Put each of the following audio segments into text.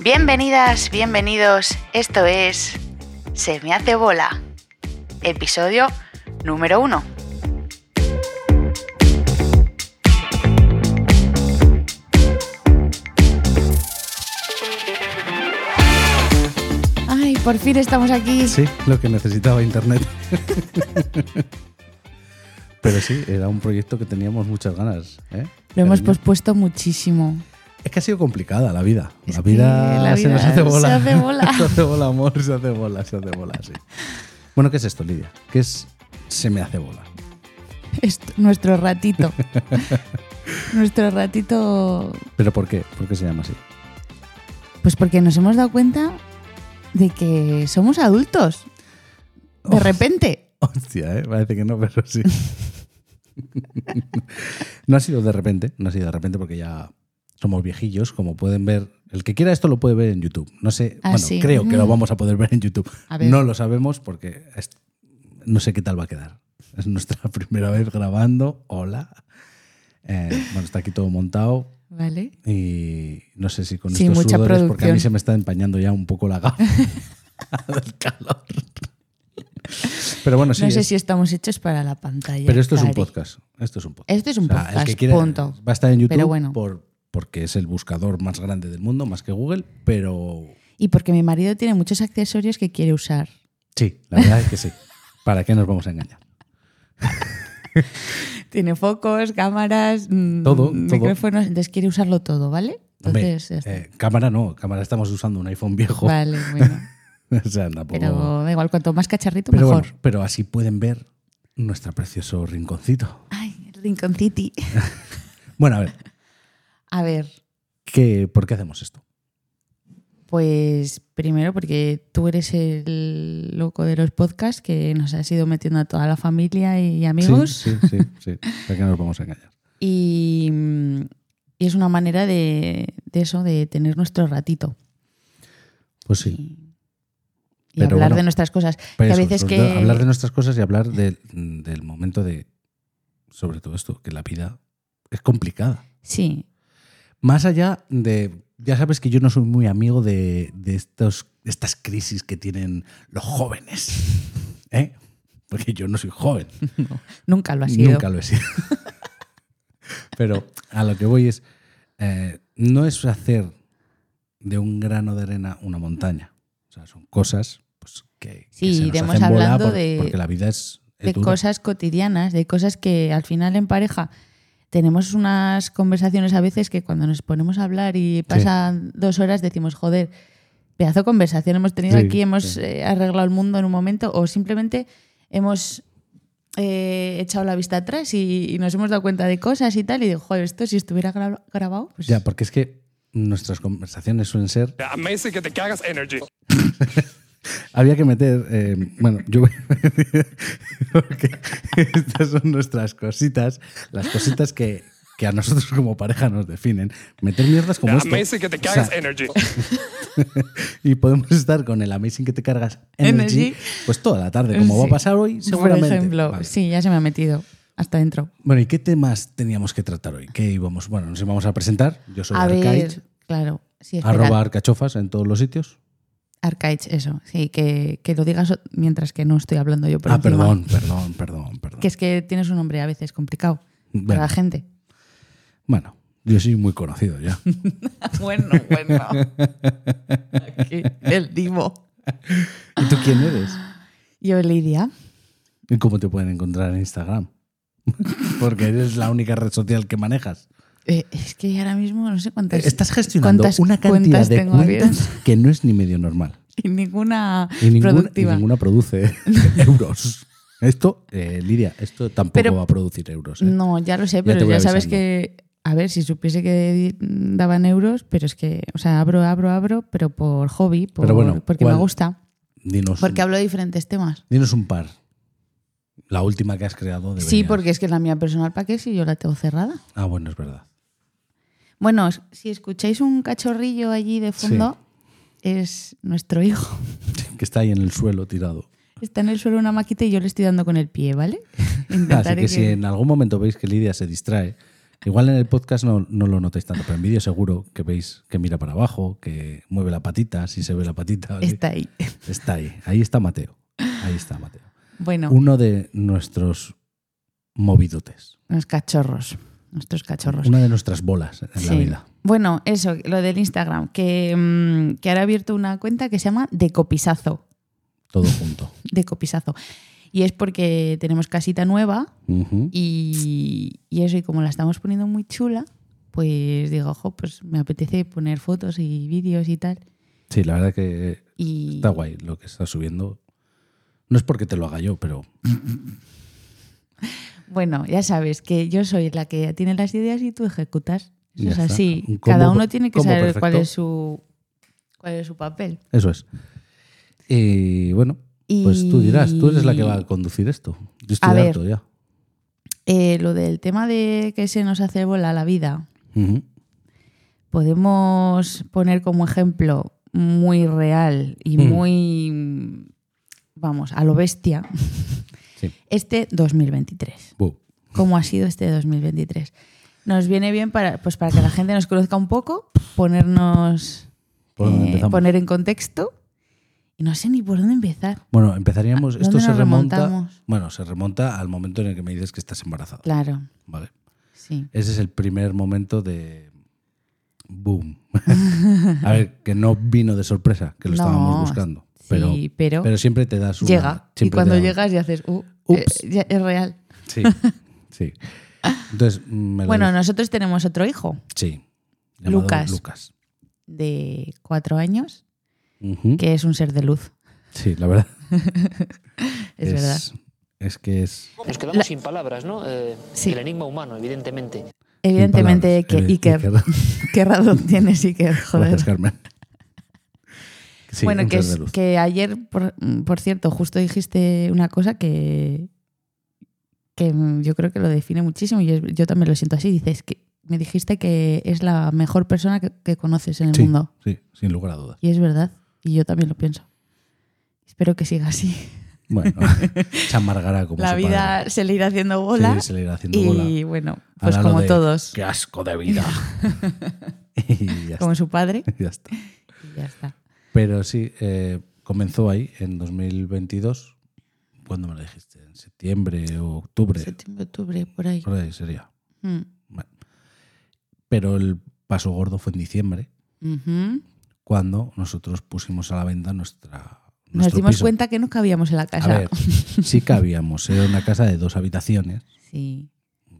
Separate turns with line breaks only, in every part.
Bienvenidas, bienvenidos. Esto es Se me hace bola. Episodio número uno.
Ay, por fin estamos aquí.
Sí, lo que necesitaba Internet. Pero sí, era un proyecto que teníamos muchas ganas. ¿eh?
Lo hemos
Cariño.
pospuesto muchísimo.
Es que ha sido complicada la vida.
Es
La vida,
que la
se nos
vida
hace bola.
se hace bola.
se hace bola, amor, se hace bola, se hace bola, sí. Bueno, ¿qué es esto, Lidia? ¿Qué es se me hace bola?
Es nuestro ratito. nuestro ratito.
¿Pero por qué? ¿Por qué se llama así?
Pues porque nos hemos dado cuenta de que somos adultos. De
Uf.
repente.
Hostia, ¿eh? parece que no, pero sí. no ha sido de repente, no ha sido de repente porque ya somos viejillos, como pueden ver. El que quiera esto lo puede ver en YouTube. No sé,
Ah,
bueno,
sí.
creo que
Mm.
lo vamos a poder ver en YouTube.
A ver.
No lo sabemos porque es- no sé qué tal va a quedar. Es nuestra primera vez grabando. Hola. Eh, bueno, está aquí todo montado
¿Vale?
y no sé si con
Sí,
estos
mucha
sudores, porque a
producción.
mí se me está empañando ya un poco la gafa del calor. Pero bueno, sí.
no sé
es-
si estamos hechos para la pantalla.
pero esto es un
Cari.
podcast. Esto es un podcast.
Esto es un
O sea, el
podcast,
que quiera
punto.
Va a estar en YouTube
Pero bueno.
por, porque es el buscador más grande del mundo, más que Google, pero
Y porque mi marido tiene muchos accesorios que quiere usar.
sí, la verdad es que sí. ¿Para qué nos vamos a engañar?
Tiene focos, cámaras, mm,
Todo, todo.
micrófonos. Entonces quiere usarlo todo, ¿vale?
Hombre,
Entonces, ya está.
eh, cámara no, cámara estamos usando un iPhone viejo.
vale, bueno.
o sea, tampoco-
Pero da igual, cuanto más cacharrito,
Pues Pero
mejor.
bueno, pero así pueden ver nuestro precioso rinconcito.
Ay, el rinconciti.
Bueno, a ver,
A ver,
¿qué, ¿por qué hacemos esto?
pues primero porque tú eres el loco de los podcasts que nos has ido metiendo a toda la familia y amigos.
Sí, sí, sí, sí. ¿Para qué nos vamos a engañar?
Y, mm, y es una manera de, de eso, de tener nuestro ratito.
Pues sí.
Y
Pero
hablar
bueno,
de nuestras cosas.
Pero
Que a
eso,
veces
sobre todo,
que-
hablar de nuestras cosas y hablar del- del momento de, sobre todo esto, que la vida es complicada.
Sí,
Más allá de, ya sabes que yo no soy muy amigo de, de estos, de estas crisis que tienen los jóvenes, ¿eh? porque yo no soy joven,
nunca lo ha sido.
nunca lo he sido. Pero a lo que voy es, eh, no es hacer de un grano de arena una montaña, o sea, son cosas pues, que, que
Sí,
se nos
iremos
hacen bola
hablando
por-
de-
porque la vida es... es
de
dura.
cosas cotidianas, de cosas que al final en pareja tenemos unas conversaciones a veces que cuando nos ponemos a hablar y pasan dos horas decimos, joder, pedazo de conversación hemos tenido
Sí,
aquí, hemos
sí.
eh, arreglado el mundo en un momento o simplemente hemos eh, echado la vista atrás y, y nos hemos dado cuenta de cosas y tal y digo, joder, esto si estuviera gra- grabado, pues
Ya, porque es que nuestras conversaciones suelen ser
Amazing que te cagas energy.
Había que meter. eh, bueno, yo voy a decir- porque estas son nuestras cositas, las cositas que, que a nosotros como pareja nos definen. Meter mierdas como esto.
Amazing que te
O sea,
cagas energy.
y podemos estar con el Amazing que te cargas Energy,
Energy.
pues toda la tarde, como va
Sí.
a pasar hoy, seguramente.
por ejemplo,
Vale.
sí, ya se me ha metido hasta dentro.
Bueno, ¿y qué temas teníamos que tratar hoy? ¿Qué íbamos? Bueno, nos íbamos a presentar. Yo soy
a
Arcaich,
ver, claro. Sí, espera.
arroba arcachofas en todos los sitios.
Arcaich, eso, sí, que, que lo digas o- mientras que no estoy hablando yo por
ah,
encima.
perdón, perdón, perdón, perdón.
Que es que tienes un nombre a veces complicado para
Bueno,
la gente.
bueno, yo soy muy conocido ya.
Bueno, bueno. Aquí, el divo.
¿Y tú quién eres?
Yo, Lidia.
¿Y cómo te pueden encontrar en Instagram? Porque eres la única red social que manejas.
Eh, es que ahora mismo no sé cuántas.
Eh, Estás gestionando
Pues, ¿cuántas
una cantidad
cuentas
de
tengo
cuentas
abiertas?
que no es ni medio normal.
Y ninguna
Y ninguna, y
productiva.
ninguna produce euros. Esto, eh, Lidia, esto tampoco
Pero-
va a producir euros. ¿eh?
No, ya lo sé, pero
te
ya,
voy
sabes
avisando.
que. A ver, si supiese que di- daban euros, pero es que, o sea, abro, abro, abro, pero por hobby, por-
Pero bueno,
porque me
¿cuál?
gusta.
Dinos,
Porque
un,
hablo de diferentes temas.
dinos un par. La última que has creado de
Sí, porque es que la mía personal, ¿para qué si yo la tengo cerrada?
Ah, bueno, es verdad.
Bueno, os- si escucháis un cachorrillo allí de fondo, es nuestro hijo.
Que está ahí en el suelo tirado.
Está en el suelo una maquita y yo le estoy dando con el pie, ¿vale?
Así
Intentaré
que, si en algún momento veis que Lidia se distrae Igual en el podcast no, no lo notáis tanto, pero en vídeo seguro que veis que mira para abajo, que mueve la patita, si se ve la patita. ¿vale?
Está ahí.
Está ahí. Ahí está Mateo. Ahí está Mateo.
Bueno,
Uno de nuestros movidotes.
los cachorros. Nuestros cachorros.
Una de nuestras bolas en la
Sí.
vida.
Bueno, eso, lo del Instagram, que, mm, que ahora ha abierto una cuenta que se llama Decopisazo.
Todo junto.
Decopisazo. Y es porque tenemos casita nueva
Ujú.
y, y eso, y como la estamos poniendo muy chula, pues digo, ojo, pues me apetece poner fotos y vídeos y tal.
Sí, la verdad que
Y
está guay lo que está subiendo. No es porque te lo haga yo, pero
bueno, ya sabes que yo soy la que tiene las ideas y tú ejecutas. Eso
Ya
es
está.
así.
Un combo
Cada
per-
uno tiene que
combo
saber cuál
perfecto.
es su cuál es su papel.
eso es. Y bueno,
Y
pues tú dirás, tú eres la que va a conducir esto. Yo estoy
A ver.
harto ya.
Eh, lo del tema de que se nos hace bola la vida,
Ujú.
podemos poner como ejemplo muy real y
Mm.
muy, vamos, a lo bestia,
Sí.
este 2023.
Bu.
¿Cómo ha sido este 2023? Nos viene bien para, pues para que la gente nos conozca un poco, ponernos,
¿Por dónde
eh,
empezamos?
poner en contexto. Y no sé ni por dónde empezar.
Bueno, empezaríamos.
¿Dónde
Esto se
nos
remonta.
remontamos?
Bueno, se remonta al momento en el que me dices que estás embarazada.
Claro,
Vale.
sí.
Ese es el primer momento de. Boom. a ver, que no vino de sorpresa, que lo
No,
estábamos buscando.
sí,
Pero,
pero
siempre te das una.
Llega. Y
siempre te
cuando
da-
llegas ya haces, uh,
Ups.
eh, ya es real.
Sí, sí. Entonces, mm, me lo
Bueno,
dije.
nosotros tenemos otro hijo
Sí. Llamado
Lucas.
Lucas.
de cuatro años
Ujú.
que es un ser de luz.
Sí, la verdad.
Es, verdad.
Es que es.
Nos quedamos
La-
sin palabras, ¿no? Eh,
Sí.
El enigma humano, evidentemente.
Evidentemente
sin palabras.
que Iker. ¿Qué razón tienes, Iker? Joder.
Eh, Gracias, Carmen. Sí,
bueno,
un
que,
ser de
es-
luz.
que ayer, por, mm, por cierto, justo dijiste una cosa que, que mm, yo creo que lo define muchísimo y es- yo también lo siento así. Dices que me dijiste que es la mejor persona que, que conoces en el
Sí,
mundo.
Sí, sin lugar a dudas.
Y es verdad. Y yo también lo pienso. Espero que siga así.
Bueno, se amargará como
la
su
vida
padre.
se le irá haciendo
Sí,
bola.
se le irá haciendo bola.
y bueno, pues
Hará lo
como
de,
todos,
¡Qué asco de vida! y ya
como
está,
su padre,
ya está.
y ya está.
Pero sí, eh, comenzó ahí en 2022. ¿Cuándo me lo dijiste? ¿En septiembre o octubre?
Septiembre, octubre, por ahí.
Por ahí sería.
Mm.
Bueno. Pero el paso gordo fue en diciembre,
Ujú.
cuando nosotros pusimos a la venta nuestra.
Nos
nuestro
dimos
piso.
cuenta que no cabíamos en la
A
casa.
ver, sí cabíamos. Era una casa de dos habitaciones.
Sí.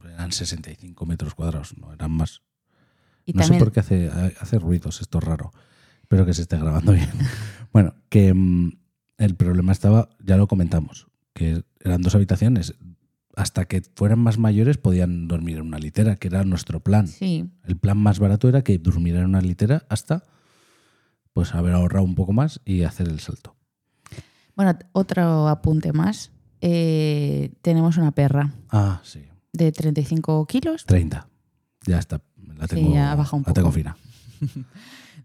Eran 65 metros cuadrados, no eran más.
Y
no
también,
sé por qué hace, hace ruidos, esto es raro. Espero que se esté grabando bien. bueno, que mm, el problema estaba, ya lo comentamos, que eran dos habitaciones. Hasta que fueran más mayores podían dormir en una litera, que era nuestro plan.
sí,
El plan más barato era que durmieran en una litera hasta pues haber ahorrado un poco más y hacer el salto.
bueno, t- otro apunte más. Eh, tenemos una perra
Ah, sí.
de 35 kilos,
30. Ya está. La
Sí,
tengo,
ya ha bajado un
la tengo
poco.
fina.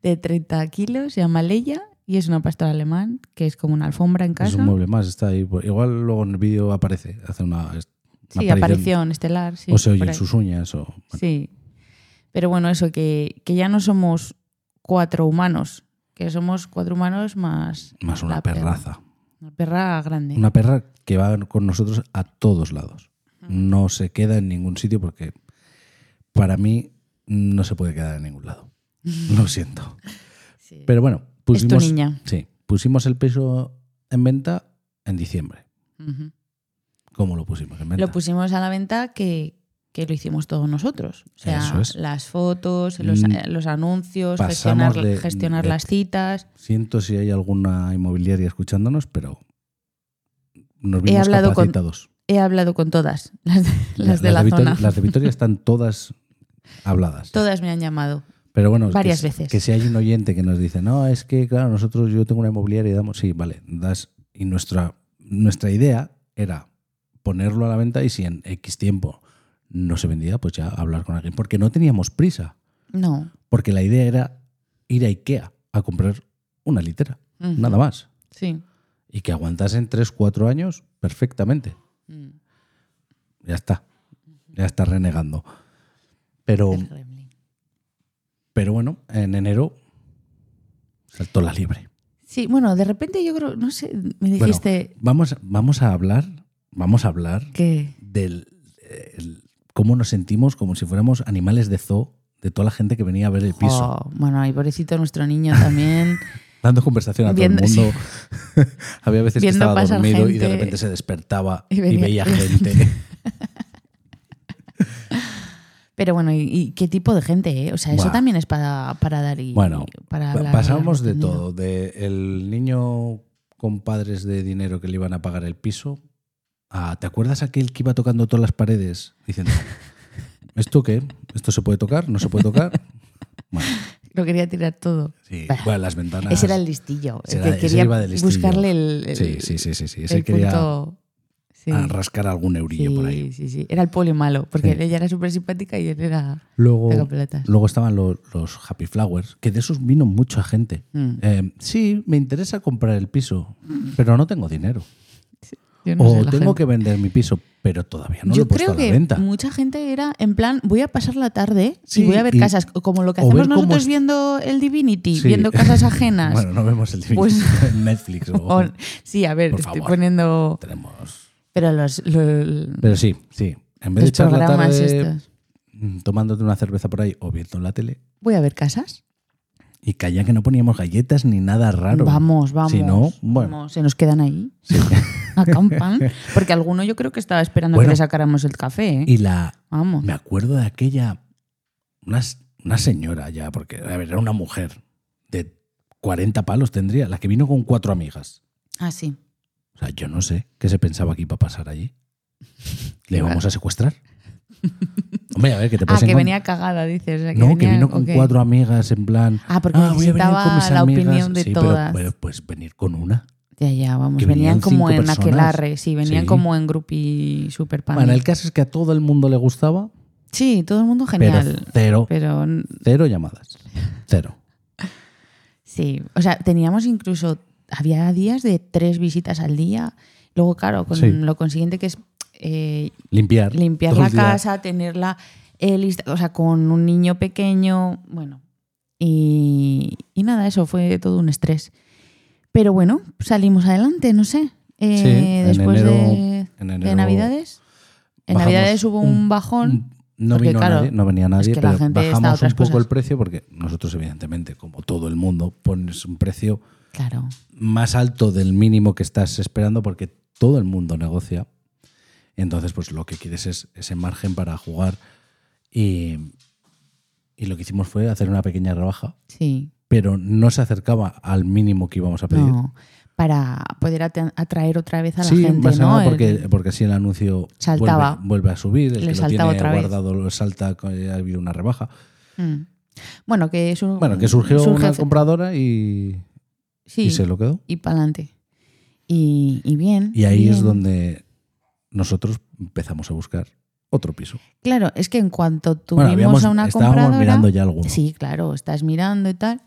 de 30 kilos, se llama Leia y es una pastora alemán que es como una alfombra en
Es
casa.
un mueble más, está ahí. Igual luego en el vídeo aparece, hace una, una
sí, aparición estelar. Sí,
o se
por
oyen
ahí.
sus uñas. O, bueno,
Sí. Pero bueno, eso, que, que ya no somos cuatro humanos, que somos cuatro humanos más...
más una
la perra.
perraza.
Una perra grande.
Una perra que va con nosotros a todos lados. No se queda en ningún sitio porque para mí no se puede quedar en ningún lado. Lo siento.
Sí.
Pero bueno,
tu
pusimos,
niña.
Sí, pusimos el piso en venta en diciembre.
Ujú.
¿Cómo lo pusimos en venta?
Lo pusimos a la venta que, que lo hicimos todos nosotros. O sea,
Eso es.
las fotos, los, eh,
Mm.
los anuncios,
Pasamos
gestionar,
de-
gestionar
de-
las citas.
siento si hay alguna inmobiliaria escuchándonos, pero nos vimos
hablado con-
capacitados.
He hablado con todas, las de, las de la
Victoria-
zona.
Las de Vitoria están todas habladas.
Todas me han llamado.
Pero bueno, que
Varias
si-
veces.
Que si hay un oyente que nos dice, no, es que, claro, nosotros yo tengo una inmobiliaria y damos, sí, vale, das. Y nuestra, nuestra idea era ponerlo a la venta y si en X tiempo no se vendía, pues ya hablar con alguien. Porque no teníamos prisa.
No.
Porque la idea era ir a IKEA a comprar una litera,
Ujú.
nada más.
Mm. Sí.
Y que aguantasen 3, 4 años perfectamente.
Mm.
Ya está. Ya está renegando. Pero,
El gremlin.
pero bueno, en enero saltó la liebre.
Sí, bueno, de repente yo creo, no sé, me
Bueno,
dijiste
vamos, vamos a hablar, vamos a hablar
que...
del el- cómo nos sentimos como si fuéramos animales de zoo de toda la gente que venía a ver el piso,
Jo, oh, bueno, y pobrecito nuestro niño también.
dando conversación a
Viendo-
todo el mundo. Había veces que
Viendo
estaba
pasar
dormido y de
gente.
repente se despertaba
Y
y,
venía-
veía gente.
Pero bueno, ¿y, y qué tipo de gente? eh? O sea, eso
Buah.
también es para, para dar y
Bueno,
para
Pa-
hablar
Pasamos de
contenido.
todo, de el niño con padres de dinero que le iban a pagar el piso, a ¿te acuerdas aquel que iba tocando todas las paredes diciendo ¿Esto qué? ¿Esto se puede tocar? ¿No se puede tocar? Bueno,
Lo quería tirar todo.
sí,
Bah.
bueno, las ventanas.
Ese era el listillo.
Ese
el
era-
que
ese
quería
iba de listillo.
buscarle el, el-
Sí, sí, sí, sí, sí. Ese
el
quería
punto. Sí.
a rascar algún eurillo por
Sí,
ahí.
sí, sí. Era el polio malo, porque
Sí.
ella era súper simpática y él era
Luego,
pelotas.
luego estaban lo- los Happy Flowers, que de esos vino mucha gente.
Mm.
Eh, sí, me interesa comprar el piso, pero no tengo dinero.
Yo no
o
sé, la
tengo
gente.
que vender mi piso, pero todavía no
Yo
lo he puesto
creo
a la
que
venta.
mucha gente era en plan, voy a pasar la tarde
Sí,
y voy a ver
y-
casas, como lo que
o ver
hacemos
cómo
nosotros
es-
viendo el Divinity,
Sí.
viendo casas ajenas.
Bueno, no vemos el
Pues-
Divinity en Netflix. o-
O- sí, a ver,
Por
te estoy
favor.
poniendo.
tenemos.
Pero los, los,
Pero sí, sí. En
los
vez de echar la
programas
tarde
estos.
mm, tomándote una cerveza por ahí o viendo la tele,
Voy a ver casas.
y calla que no poníamos galletas ni nada raro.
Vamos, vamos.
Si no, bueno.
vamos, se nos quedan ahí. Acampan. Porque alguno yo creo que estaba esperando
Bueno.
que le sacáramos el café. ¿eh?
Y la,
Vamos.
Me acuerdo de aquella. Una, una señora ya, porque a ver, era una mujer de 40 palos tendría, la que vino con cuatro amigas.
Ah, sí.
O sea, yo no sé qué se pensaba que iba a pasar allí. ¿Le vamos a secuestrar? Hombre, a ver, que te
Ah,
puedes
que
encon-
venía cagada, dices. o sea, que
No, que
venía-
vino con
ok.
cuatro amigas en plan.
Ah, porque
voy a venir con
necesitaba
mis
la
amigas".
opinión de
Sí, pero-
todas.
pero, pues venir con una.
Ya, ya, vamos.
que
Venían
venían
como
cinco
en
personas.
aquelarre, sí, venían
Sí.
como en grupi super panel.
Bueno, el caso es que a todo el mundo le gustaba,
Sí, todo el mundo genial.
pero cero,
Pero,
cero llamadas. Cero.
sí, o sea, teníamos incluso, había días de tres visitas al día. Luego, claro, con
Sí.
lo consiguiente que es eh,
Limpiar.
limpiar
todo
la
el día.
casa, tenerla eh, lista, o sea, con un niño pequeño, bueno. Y, y nada, eso fue todo un estrés. Pero bueno, salimos adelante, no sé. Eh,
Sí, en
después
enero-
de,
en
de
enero
Navidades. En
bajamos
Navidades hubo un bajón.
Mm, No
porque,
vino
claro,
nadie, no venía nadie,
que la
pero
gente está a
bajamos
otras
un poco
cosas.
el precio porque nosotros, evidentemente, como todo el mundo, pones un precio
Claro.
más alto del mínimo que estás esperando porque todo el mundo negocia. Entonces, pues lo que quieres es ese margen para jugar y, y lo que hicimos fue hacer una pequeña rebaja,
Sí,
pero no se acercaba al mínimo que íbamos a pedir.
no. Para poder ate- atraer otra vez a la
sí,
gente,
más que
¿no?
nada
El-
porque, porque así el anuncio
Saltaba.
Vuelve, vuelve a subir, el
Le
que lo
saltaba
tiene
otra vez.
guardado lo salta, que ha habido una rebaja.
Mm. Bueno, que es un-
Bueno, que surgió
surge
una
fe-
compradora y,
Sí,
y se lo quedó.
y para adelante. Y, y bien.
Y ahí es
bien.
donde nosotros empezamos a buscar otro piso.
Claro, es que en cuanto tuvimos
Bueno, habíamos-
a una
estábamos
compradora.
mirando ya alguno.
Sí, claro, estás mirando y tal.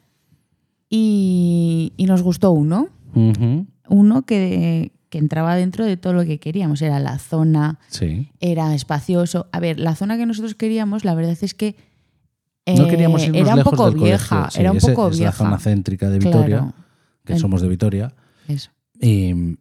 Y, y nos gustó uno.
Ujú.
Uno que, que entraba dentro de todo lo que queríamos. Era la zona,
Sí.
era espacioso. A ver, la zona que nosotros queríamos, la verdad es que.
no
eh,
queríamos irnos
era un
lejos
poco
del colegio.
vieja,
Sí,
era un
ese-
poco
es
vieja.
la zona céntrica de Vitoria,
Claro,
que
En-
somos de Vitoria,
eso.
y,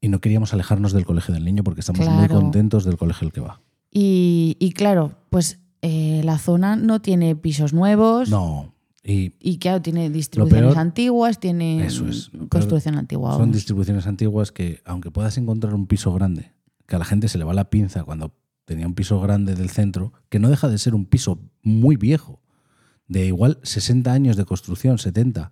y no queríamos alejarnos del colegio del niño porque estamos muy
Claro.
contentos del colegio al que va.
Y, y claro, pues eh, la zona no tiene pisos nuevos.
No, y
Y claro, tiene distribuciones
peor-
antiguas, tiene
Eso es. Lo peor
construcción antigua.
son
vamos.
distribuciones antiguas que, aunque puedas encontrar un piso grande, que a la gente se le va la pinza cuando tenía un piso grande del centro, que no deja de ser un piso muy viejo, de igual 60 años de construcción, 70,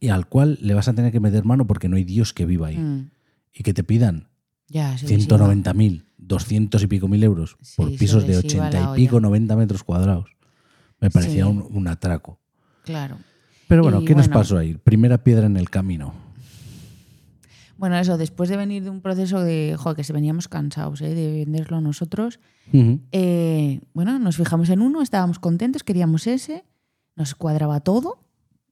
y al cual le vas a tener que meter mano porque no hay Dios que viva ahí.
Mm,
Y que te pidan
ya, se les iba.
190.000, 200 y pico mil euros
Sí,
por
se
pisos de
les iba
80
la
y pico,
olla.
90 metros cuadrados. Me parecía
Sí.
un, un atraco.
Claro.
Pero bueno,
Y
¿qué nos
bueno.
pasó ahí? Primera piedra en el camino.
Bueno, eso, después de venir de un proceso de, joder, que se veníamos cansados ¿eh? de venderlo nosotros,
Ujú.
eh, bueno, nos fijamos en uno, estábamos contentos, queríamos ese, nos cuadraba todo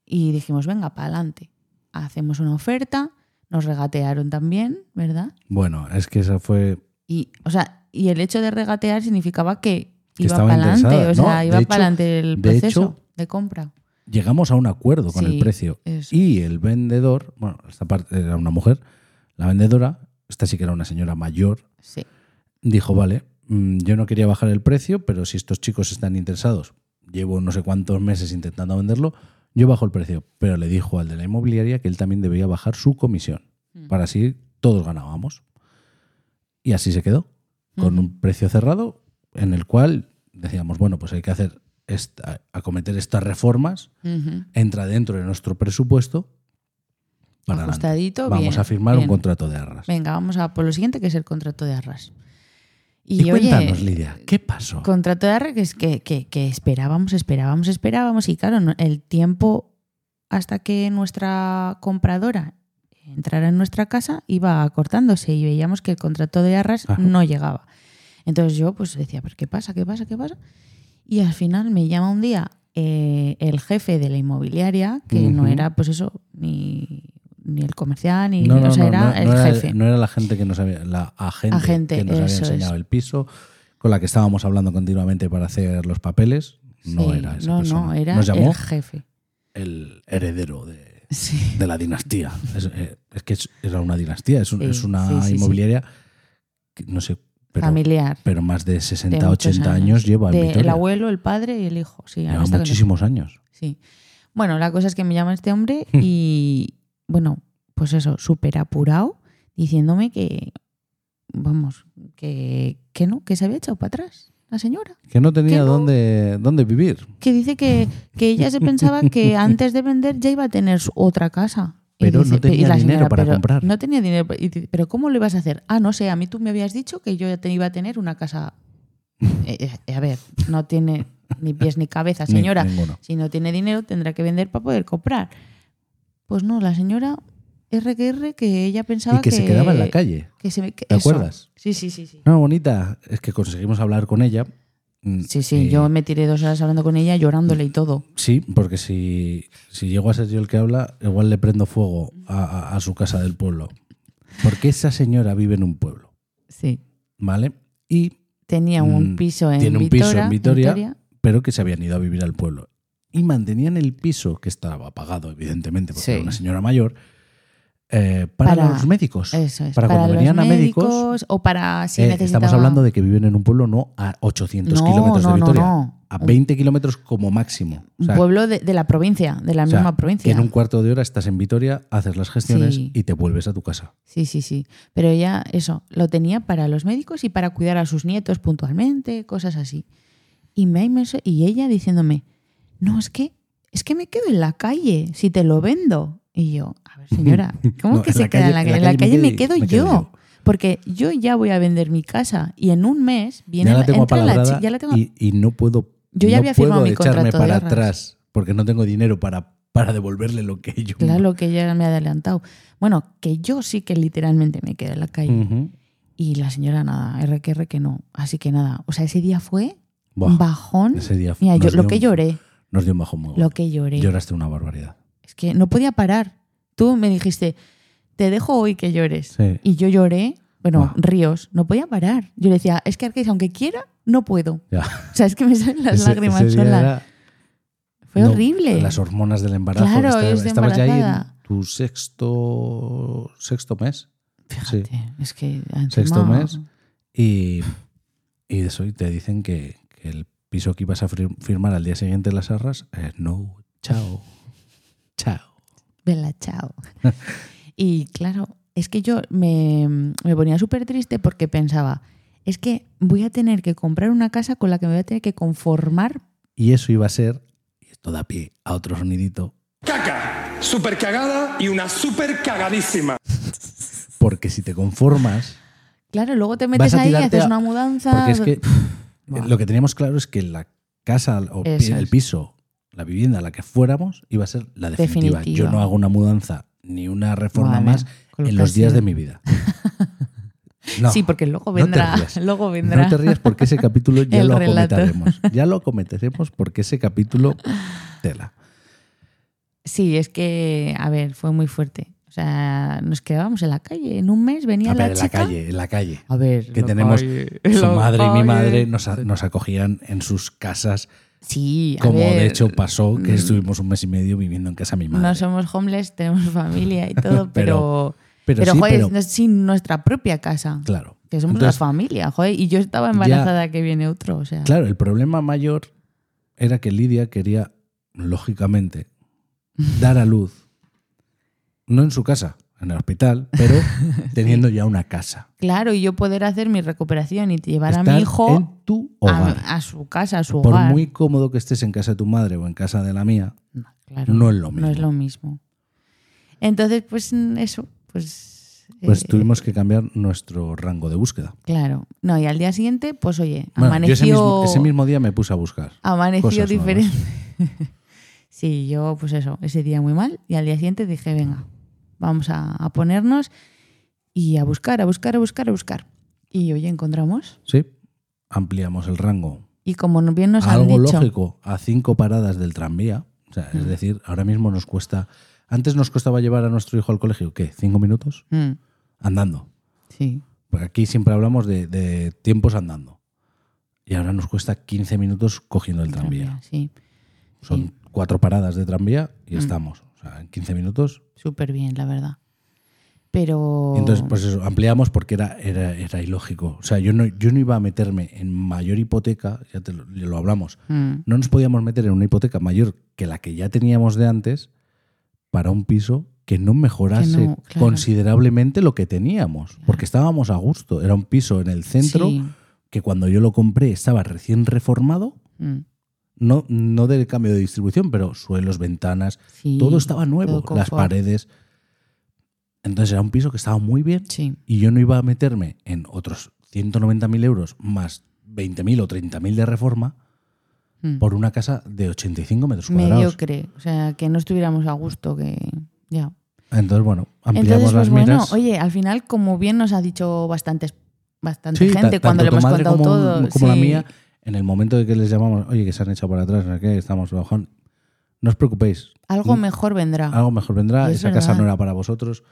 y dijimos, venga, para adelante. Hacemos una oferta, nos regatearon también, ¿verdad?
Bueno, es que esa fue
Y, o sea, y el hecho de regatear significaba que
que
iba
estaba
para adelante,
interesada.
o
No,
sea,
de
iba
hecho-
para adelante el
de
proceso
hecho,
de compra.
Llegamos a un acuerdo con
Sí,
el precio.
eso.
Y el vendedor, bueno, esta parte era una mujer, la vendedora, esta sí que era una señora mayor,
Sí.
dijo, vale, mm, yo no quería bajar el precio, pero si estos chicos están interesados, llevo no sé cuántos meses intentando venderlo, yo bajo el precio. Pero le dijo al de la inmobiliaria que él también debía bajar su comisión,
Mm.
para así todos ganábamos. Y así se quedó, con
Ujú.
un precio cerrado en el cual decíamos, bueno, pues hay que hacer, esta- acometer estas reformas,
Ujú.
entra dentro de nuestro presupuesto. Para adelante.
Ajustadito,
Vamos
bien,
a firmar un
bien.
contrato de arras.
Venga, vamos a por lo siguiente, que es el contrato de arras.
Y,
Y, oye,
cuéntanos, Lidia, ¿qué pasó?
contrato de arras que, es que, que- que esperábamos, esperábamos, esperábamos. Y claro, no- el tiempo hasta que nuestra compradora entrara en nuestra casa iba acortándose y veíamos que el contrato de arras
Ajá.
no llegaba. Entonces yo pues decía, pero ¿qué pasa? ¿Qué pasa? ¿Qué pasa? Y al final me llama un día eh, el jefe de la inmobiliaria, que no
Ujú.
era pues eso, ni, ni el comercial, ni...
No, no,
o sea,
no,
era
no,
el
no era,
jefe.
no era la gente que nos había, la agente,
Agente,
que nos había
eso es.
enseñado el piso, con la que estábamos hablando continuamente para hacer los papeles. No
Sí,
era esa
no,
persona.
no, era
nos llamó
el jefe.
el heredero de,
Sí.
de la dinastía. Es, eh, es que es- era una dinastía, es, un-
Sí,
es una
sí, sí, sí.
inmobiliaria que no sé, pero,
familiar.
pero más de 60,
de muchos
80 años, lleva en
De
Vitoria.
El abuelo, el padre y el hijo. Sí, ahora
lleva
está que no-
muchísimos años.
sí. Bueno, la cosa es que me llama este hombre y, bueno, pues eso, súper apurado, diciéndome que, vamos, que, que no, que se había echado para atrás la señora.
Que no tenía
no.
Dónde, dónde vivir.
Que dice que, que ella se pensaba que antes de vender ya iba a tener su otra casa. Y
Pero no
dice-
tenía
y la
dinero para
pero
comprar.
No tenía dinero. Y dice, pero ¿cómo lo ibas a hacer? Ah, no sé, a mí tú me habías dicho que yo ya te iba a tener una casa. Eh, eh, a ver, no tiene ni pies ni cabeza,
Ni-
señora.
ninguno.
Si no tiene dinero, tendrá que vender para poder comprar. Pues no, la señora R que R que ella pensaba
Y que, se quedaba en la calle.
que se me- que-
¿Te
eso.
acuerdas?
Sí, sí, sí, sí.
No, bonita, es que conseguimos hablar con ella. Mm,
Sí, sí,
eh,
yo me tiré dos horas hablando con ella, llorándole y todo.
Sí, porque si, si llego a ser yo el que habla, igual le prendo fuego a, a- a su casa del pueblo. Porque esa señora vive en un pueblo,
Sí.
¿vale? Y
tenía un
Mm,
piso en
tiene un
Vitoria,
piso en Vitoria, pero que se habían ido a vivir al pueblo. Y mantenían el piso, que estaba pagado, evidentemente, porque
Sí.
era una señora mayor, eh, para,
Para-
los médicos.
Eso es.
Para, cuando
los
venían a médicos.
o para si
eh,
necesitaba-
Estamos hablando de que viven en un pueblo no a 800
No,
kilómetros
no,
de
no,
Vitoria,
no.
a 20 kilómetros como máximo. O
un
sea,
pueblo de, de la provincia, de la
O sea,
misma provincia.
que en un cuarto de hora estás en Vitoria, haces las gestiones
Sí.
y te vuelves a tu casa.
Sí, sí, sí. Pero ella eso lo tenía para los médicos y para cuidar a sus nietos puntualmente, cosas así. Y me inmenso- y ella diciéndome, "No, es que es que me quedo en la calle si te lo vendo." Y yo, "A ver, señora, ¿cómo
No,
que
en
se
la
queda en
calle-
la calle? En la calle me quedo, yo."
me quedo yo.
Porque yo ya voy a vender mi casa y en un mes viene
ya la tengo
entra la
apalabrada
chi- ya la tengo-
y, y no puedo,
Yo ya
no
había firmado
puedo
mi
echarme
contrato de
para
arras.
atrás porque no tengo dinero para, para devolverle lo que yo...
Claro que ya me ha adelantado. Bueno, que yo sí que literalmente me quedé en la calle.
Ujú.
Y la señora nada, R que R que no. Así que nada. O sea, ese día fue
Buah,
un bajón.
ese día
Mira, yo-
nos
lo
dio
que
un-
lloré,
Nos dio un bajo muy gordo.
lo que lloré.
Lloraste una barbaridad.
Es que no podía parar. Tú me dijiste, te dejo hoy que llores.
Sí.
Y yo lloré, bueno,
Buah.
ríos, no podía parar. Yo le decía, es que Arqués, aunque quiera, no puedo.
Ya.
O sea, es que me salen las
Ese-
lágrimas
ese día
solas.
era-
Fue
no,
horrible.
Las hormonas del embarazo.
Claro,
Estaba-
yo estoy
estabas ya ahí
embarazada.
en tu sexto, sexto mes.
Fíjate, es que encima-
Sexto mes. Y, y de eso y te dicen que, que el piso que ibas a fir- firmar al día siguiente en las arras, eh, no, chao, chao.
Vela, chao. y claro, es que yo me, me ponía súper triste porque pensaba, es que voy a tener que comprar una casa con la que me voy a tener que conformar.
Y eso iba a ser, y esto da pie a otro sonidito,
Caca, super cagada y una super cagadísima.
porque si te conformas,
Claro, luego te
Vas
metes
a
ahí,
tirarte
haces
a-
una mudanza. pues,
porque es que
Buah.
lo que teníamos claro es que la casa o pi-
Eso
el
es.
piso, la vivienda a la que fuéramos, iba a ser la definitiva.
Definitiva.
Yo no hago una mudanza ni una reforma
Madre,
más
con lo
en
que
los
has
días
sido.
de mi vida. No.
sí, porque luego
no te
vendrá.
rías.
luego vendrá.
No te rías porque ese capítulo ya
El
lo
relato.
acometeremos. Ya lo acometeremos porque ese capítulo tela.
Sí, es que, a ver, fue muy fuerte. O sea, nos quedábamos en la calle. En un mes venía
A ver,
la
en
chica.
la calle, en la calle.
A ver,
Que
la
tenemos,
calle,
su
la
madre y mi
calle.
madre nos, a- nos acogían en sus casas,
Sí, a
como de
ver,
hecho pasó, que
mm,
estuvimos un mes y medio viviendo en casa de mi madre.
No somos homeless, tenemos familia y todo,
Pero-
pero.
pero sí,
joder,
pero-
no- sin nuestra propia casa.
Claro.
Que somos
Entonces,
la familia, joder. Y yo estaba embarazada que viene otro, o sea.
Claro, el problema mayor era que Lidia quería, lógicamente, dar a luz, no en su casa, en el hospital, pero teniendo ya una casa.
Claro, y yo poder hacer mi recuperación y llevar a
Estar
mi hijo
en tu
a,
hogar.
a su casa, a su
Por
hogar.
muy cómodo que estés en casa de tu madre o en casa de la mía,
No, claro,
no es lo
No
mismo.
es lo mismo. Entonces, pues mm, eso, pues.
pues
eh,
tuvimos que cambiar nuestro rango de búsqueda.
Claro. No, y al día siguiente, pues oye,
Bueno, yo
amaneció.
ese mismo, ese mismo día me puse a buscar.
Amaneció
Cosas nuevas.
diferente. sí, yo pues eso, ese día muy mal y al día siguiente dije, venga, vamos a, a ponernos y a buscar, a buscar, a buscar, a buscar. Y hoy encontramos.
Sí, ampliamos el rango.
Y como no- bien nos
Algo
han dicho, Mm.
lógico, a cinco paradas del tranvía. O sea, es decir, ahora mismo nos cuesta. Antes nos costaba llevar a nuestro hijo al colegio, ¿qué? ¿Cinco minutos?
Mm,
Andando.
sí,
Porque aquí siempre hablamos de, de tiempos andando. Y ahora nos cuesta 15 minutos cogiendo el tranvía.
sí,
Son cuatro paradas de tranvía
Mm.
y estamos. O sea, en 15 minutos
súper bien, la verdad. Pero
Y Entonces, pues eso, ampliamos porque era, era, era ilógico. O sea, yo no, yo no iba a meterme en mayor hipoteca, ya, te lo, ya lo hablamos.
Mm,
No nos podíamos meter en una hipoteca mayor que la que ya teníamos de antes para un piso que no mejorase
Que no, claro.
considerablemente lo que teníamos, porque estábamos a gusto. Era un piso en el centro
sí,
que cuando yo lo compré estaba recién reformado,
mm,
no, no del cambio de distribución, pero suelos, ventanas,
sí,
todo estaba nuevo,
todo
las
confort.
paredes. Entonces era un piso que estaba muy bien
Sí,
y yo no iba a meterme en otros 190.000 euros más 20.000 o 30.000 de reforma
mm.
por una casa de 85 metros cuadrados.
mediocre, o sea, que no estuviéramos a gusto, que ya.
Entonces, bueno, ampliamos
Entonces, pues
las
bueno,
miras.
oye, al final, como bien nos ha dicho bastantes, bastante
Sí, ta-
gente cuando
tanto
le
tu
hemos
madre
contado
como,
todo.
como la
sí.
mía, en el momento de que les llamamos, oye, que se han echado para atrás, no sé qué, estamos bajón, no os preocupéis.
Algo
Mm,
mejor vendrá.
Algo mejor vendrá,
Ah. Y es
esa casa
verdad.
no era para vosotros.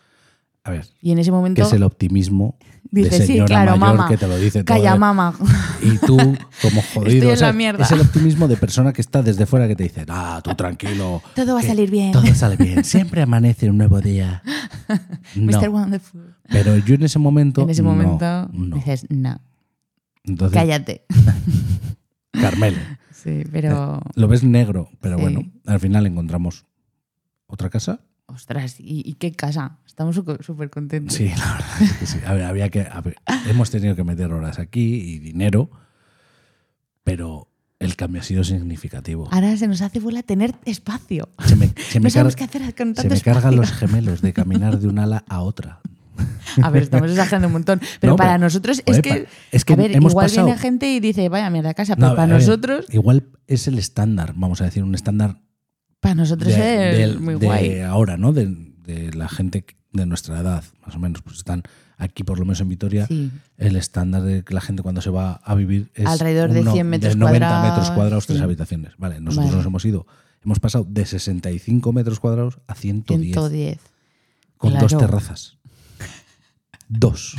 A ver,
Y en ese
que
momento
es el optimismo de
dices, sí,
señora
claro,
mayor
mamá.
que te lo dice todo.
Calla,
¿eh?
mamá.
Y tú, como jodido.
Estoy en
¿sabes?
la mierda.
Es el optimismo de persona que está desde fuera que te dice, ah, tú tranquilo.
Todo va a
que
salir bien.
Todo sale bien. Siempre amanece un nuevo día. No.
Mr. Wonderful.
Pero yo en ese momento.
En ese
no,
momento
no.
dices, no,
Entonces,
cállate.
Carmelo.
Sí, pero.
Lo ves negro, pero
Sí.
bueno, al final encontramos otra casa.
Ostras, ¿y, y qué casa? Estamos su- súper contentos.
Sí, la verdad es que sí. A ver, había que, a ver, hemos tenido que meter horas aquí y dinero, pero el cambio ha sido significativo.
Ahora se nos hace bola tener espacio.
Se me, se me
no sabemos
car-
qué hacer con
Se
tanto
me cargan
espacio.
los gemelos de caminar de un ala a otra.
A ver, estamos exagerando un montón. Pero
No,
para
pero-
nosotros
joder,
es
pa-
que.
es que
a ver,
hemos
igual
pasado-
viene gente y dice, vaya mierda casa. Pero
No,
para
a ver,
nosotros,
Igual es el estándar, vamos a decir, un estándar
para nosotros
de,
es
del-
muy
de
guay.
ahora, ¿no? De, de la gente de nuestra edad, más o menos. Pues están aquí, por lo menos en Vitoria,
Sí.
el estándar de que la gente cuando se va a vivir es
Alrededor de
uno-
100 metros
90 metros
cuadrados,
cuadrados, tres
sí.
habitaciones. Vale, nosotros
Vale.
nos hemos ido. Hemos pasado de 65 metros cuadrados a 110,
110.
con dos
claro.
terrazas. Dos.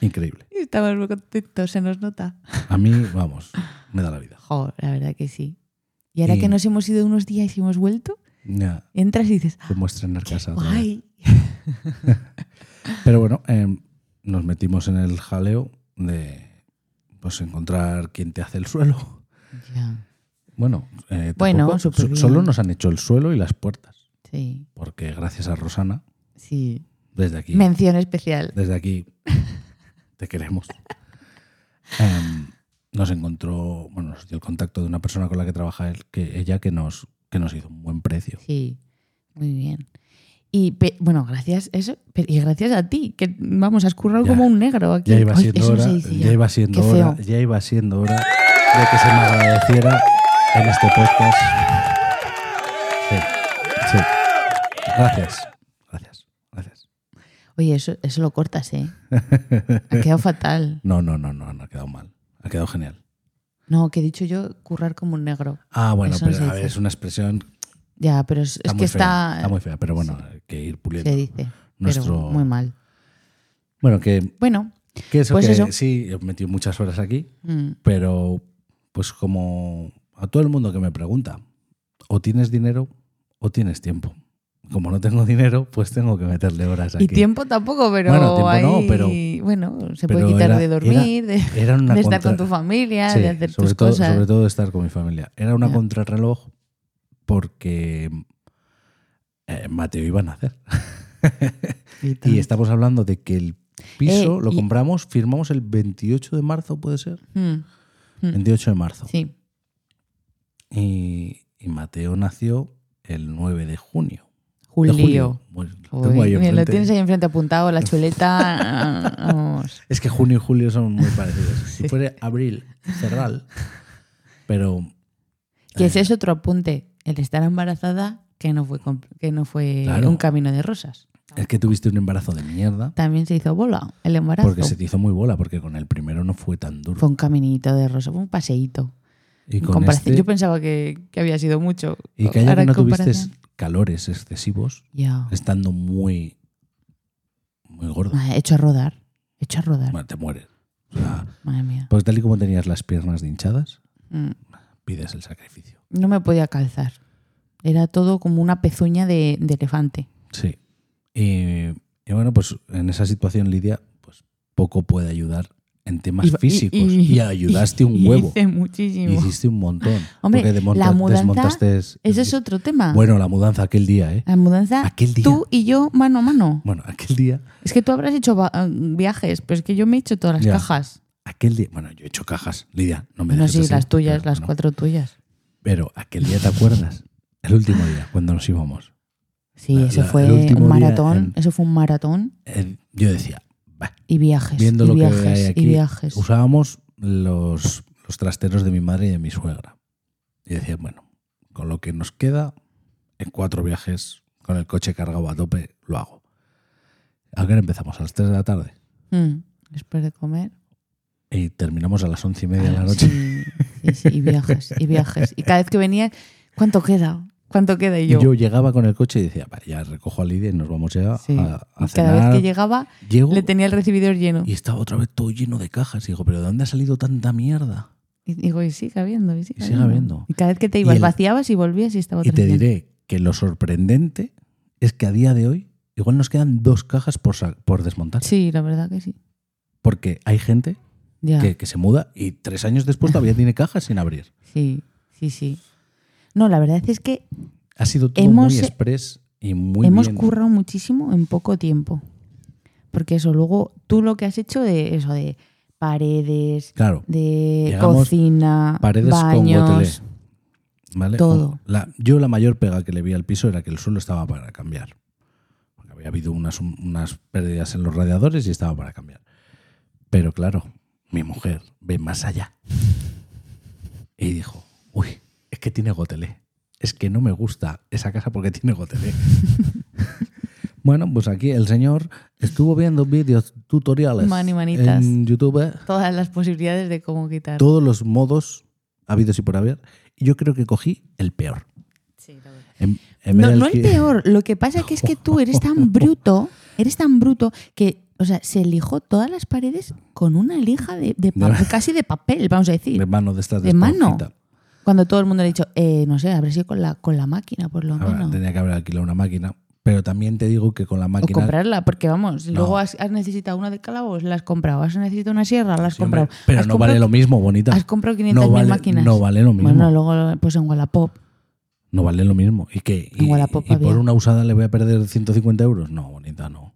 Increíble.
Estamos muy contentos, se nos nota.
A mí, vamos, me da la vida.
Joder, la verdad que sí. Y ahora
Y-
que nos hemos ido unos días y hemos vuelto,
Ya,
entras y dices, "Ah,
te muestran la casa. otra vez.
guay.
Pero bueno, em, nos metimos en el jaleo de pues encontrar quién te hace el suelo.
Ya,
Bueno, eh,
Bueno,
tampoco-
súper
so-
bien.
solo nos han hecho el suelo y las puertas,
sí,
porque gracias a Rosana,
sí.
desde aquí,
Mención especial.
desde aquí te queremos. Em, nos encontró, bueno, nos dio el contacto de una persona con la que trabaja él, que ella que nos que nos hizo un buen precio.
Sí, muy bien. Y pe- bueno, gracias eso, pe- y gracias a ti, que vamos a escurrar
Ya.
como un negro aquí.
Ya iba
Ay,
siendo
eso no
hora,
se dice
ya iba siendo
Qué
hora,
feo.
ya iba siendo hora de que se me agradeciera en este podcast. Sí, sí. Gracias, gracias, gracias.
Oye, eso, eso lo cortas, ¿eh? Ha quedado fatal.
No, no, no, no, no ha quedado mal. Ha quedado genial.
No, que he dicho yo, currar como un negro.
Ah, bueno,
Eso no
pero
se
a ver,
dice.
es una expresión
Ya, pero es, es
muy
que
fea,
está.
muy fea, pero bueno, hay que ir puliendo.
Se dice.
Nuestro-
Pero muy mal.
Bueno, que,
Bueno,
que eso
Pues
que
eso.
sí, he metido muchas horas aquí,
mm,
pero pues como a todo el mundo que me pregunta, o tienes dinero o tienes tiempo. Como no tengo dinero, pues tengo que meterle horas aquí.
Y tiempo tampoco, pero
Bueno, tiempo no,
ahí-
pero-
bueno, se puede
pero
quitar
era-
de dormir, de,
Era una
de estar con
contra-
tu familia,
Sí,
de hacer
sobre
tus
todo,
cosas.
Sobre todo estar con mi familia. Era una
Ya.
contrarreloj porque eh, Mateo iba a nacer.
tal.
Y estamos hablando de que el piso
Eh,
lo
y-
compramos, firmamos el 28 de marzo, ¿puede ser?
Mm,
28 de marzo.
sí,
Y, y Mateo nació el 9 de junio. De
Julio.
junio. Bueno, lo
Joder,
tengo ahí
mira, lo
enfrente.
tienes ahí enfrente apuntado, la chuleta. vamos.
Es que junio y julio son muy parecidos. Si fuera abril, cerral. Pero
Que ese es otro apunte, el estar embarazada que no fue, comp- que no fue
Claro.
un camino de rosas.
es que tuviste un embarazo de mierda.
También se hizo bola el embarazo.
Porque se te hizo muy bola, porque con el primero no fue tan duro.
Fue un caminito de rosas, fue un paseíto.
Y
En
con
comparación-
este-
Yo pensaba que, que había sido mucho.
y que haya
Ahora
que no
en
tuviste
comparación-
calores excesivos,
Ya.
estando muy, muy gordo.
Ah, Hecho a rodar. Hecho a rodar.
Bueno, te mueres. O sea,
Madre mía.
pues tal y como tenías las piernas de hinchadas,
Mm,
pides el sacrificio.
No me podía calzar. Era todo como una pezuña de, de elefante.
Sí. Y, y bueno, pues en esa situación, Lidia, pues poco puede ayudar en temas
Y- y-
físicos. Y, ayudaste un
y
huevo.
hice muchísimo.
Hiciste un montón.
Hombre,
porque desmonta-
la mudanza,
desmontaste.
Ese es otro tema.
Bueno, la mudanza aquel día, ¿eh?
la mudanza,
aquel día.
tú y yo mano a mano.
Bueno, aquel día.
Es que tú habrás hecho va- eh, viajes, pero es que yo me he hecho todas las
Ya.
cajas.
Aquel día, bueno, yo he hecho cajas, Lidia, no me
No,
dejes
sí,
así,
las tuyas,
pero
las
bueno.
cuatro tuyas.
Pero aquel día, ¿te acuerdas? El último día, cuando nos íbamos.
Sí,
La-
ese
la-
fue
el último
un
día
maratón.
en-
Eso fue un maratón
eh, yo decía, "Bah,
y viajes.
viendo
y
lo
viajes,
que hay aquí,
y viajes.
usábamos los, los trasteros de mi madre y de mi suegra. Y decía, bueno, con lo que nos queda, en cuatro viajes, con el coche cargado a tope, lo hago. ¿A qué hora empezamos? A las 3 de la tarde.
Mm, Después de comer.
Y terminamos a las once y media de
Ah,
la noche.
Sí, sí, sí, y viajes, y viajes. Y cada vez que venía, ¿cuánto queda? ¿Cuánto queda? Y
Y
yo.
yo llegaba con el coche y decía, "Vale, ya recojo a Lidia y nos vamos ya
sí.
a, a
Y cada vez que
cenar".
llegaba,
Llego
le tenía el recibidor lleno.
y estaba otra vez todo lleno de cajas. Y digo, ¿pero de dónde ha salido tanta mierda?
Y digo, y sigue habiendo, y sigue,
Y sigue habiendo.
Y cada vez que te
Y
ibas,
el-
vaciabas y volvías y estaba
Y
otra
te
llena.
diré que lo sorprendente es que a día de hoy igual nos quedan dos cajas por, sa- por desmontar.
Sí, la verdad que sí.
Porque hay gente
Ya.
que, que se muda y tres años después todavía tiene cajas sin abrir.
Sí, sí, sí. No, la verdad es que
Ha sido todo
Hemos- eh,
muy express y muy
hemos
bien.
currado muchísimo en poco tiempo. Porque eso, luego tú lo que has hecho de eso, de paredes,
Claro,
de
Llegamos,
cocina,
paredes con gotelé.
baños.
¿vale?
todo.
La- yo la mayor pega que le vi al piso era que el suelo estaba para cambiar. Porque había habido unas, unas pérdidas en los radiadores y estaba para cambiar. Pero claro, mi mujer ve más allá. Y dijo, uy, es que tiene gotelé. Es que no me gusta esa casa porque tiene gotelé. bueno, pues aquí el señor estuvo viendo vídeos tutoriales
Mani manitas.
en YouTube
Todas las posibilidades de cómo quitar.
todos los modos habidos y por haber. Y yo creo que cogí el peor.
Sí, la verdad.
En- en vez
No,
de
no el
alqui-
peor. Lo que pasa que es que tú eres tan bruto, eres tan bruto que, o sea, se lijó todas las paredes con una lija de, de pa-
De-
casi de papel, vamos a decir.
De mano de estas
De mano.
esponjita.
Cuando todo el mundo le ha dicho, eh, no sé, habrá sido con la, con la máquina, por lo
Ahora,
menos.
Ah, Tenía que haber alquilado una máquina. Pero también te digo que con la
O
máquina.
comprarla, porque vamos, si
No.
luego has, has necesitado una de calabos, la has comprado. Has necesitado una sierra, la has
Sí, hombre,
comprado.
pero
Has
no vale
comprado-
lo mismo, bonita.
Has comprado 500.000
no vale,
máquinas.
No vale lo mismo.
Bueno, luego pues en Wallapop.
no vale lo mismo. ¿Y que
En
¿Y,
Wallapop
y por
había.
una usada le voy a perder 150 euros? No, bonita, no.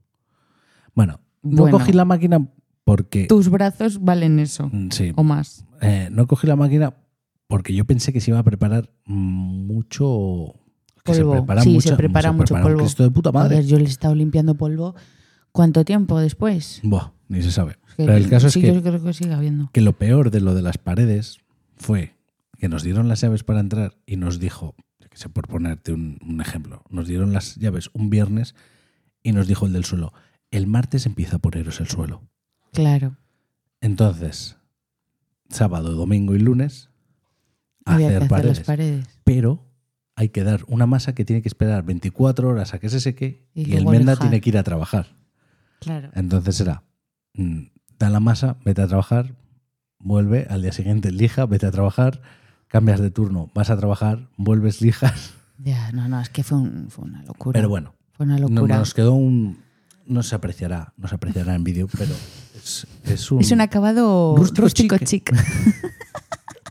Bueno, no
Bueno.
cogí la máquina porque.
Tus brazos valen eso.
Mm, Sí,
O más.
Eh, no cogí la máquina porque yo pensé que se iba a preparar mucho. Que
Polvo.
se prepara,
Sí,
mucha-
se prepara mucho
prepara un
polvo.
Cristo de puta
A ver,
madre.
yo le he estado limpiando polvo. ¿Cuánto tiempo después?
Buah, ni se sabe.
Es que-
Pero el caso
sí,
es que,
yo creo que sigue habiendo.
que lo peor de lo de las paredes fue que nos dieron las llaves para entrar y nos dijo, yo que sé, por ponerte un, un ejemplo, nos dieron las llaves un viernes y nos dijo el del suelo, el martes empieza a poneros el suelo.
Claro.
Entonces, sábado, domingo y lunes,
Había que
hacer
hacer las
paredes.
paredes.
pero hay que dar una masa que tiene que esperar 24 horas a que se seque
Y
y, el
luego
menda
dejar.
tiene que ir a trabajar.
Claro.
Entonces era, mm, da la masa, vete a trabajar, vuelve, al día siguiente lija, vete a trabajar, cambias de turno, vas a trabajar, vuelves lijas.
Ya, no, no, es que fue, un- fue una locura.
Pero bueno,
Fue una
no-
locura.
nos quedó un... No se apreciará, no se apreciará en vídeo, pero es, es un...
es un acabado
Rústico
rústico
chic.
chic.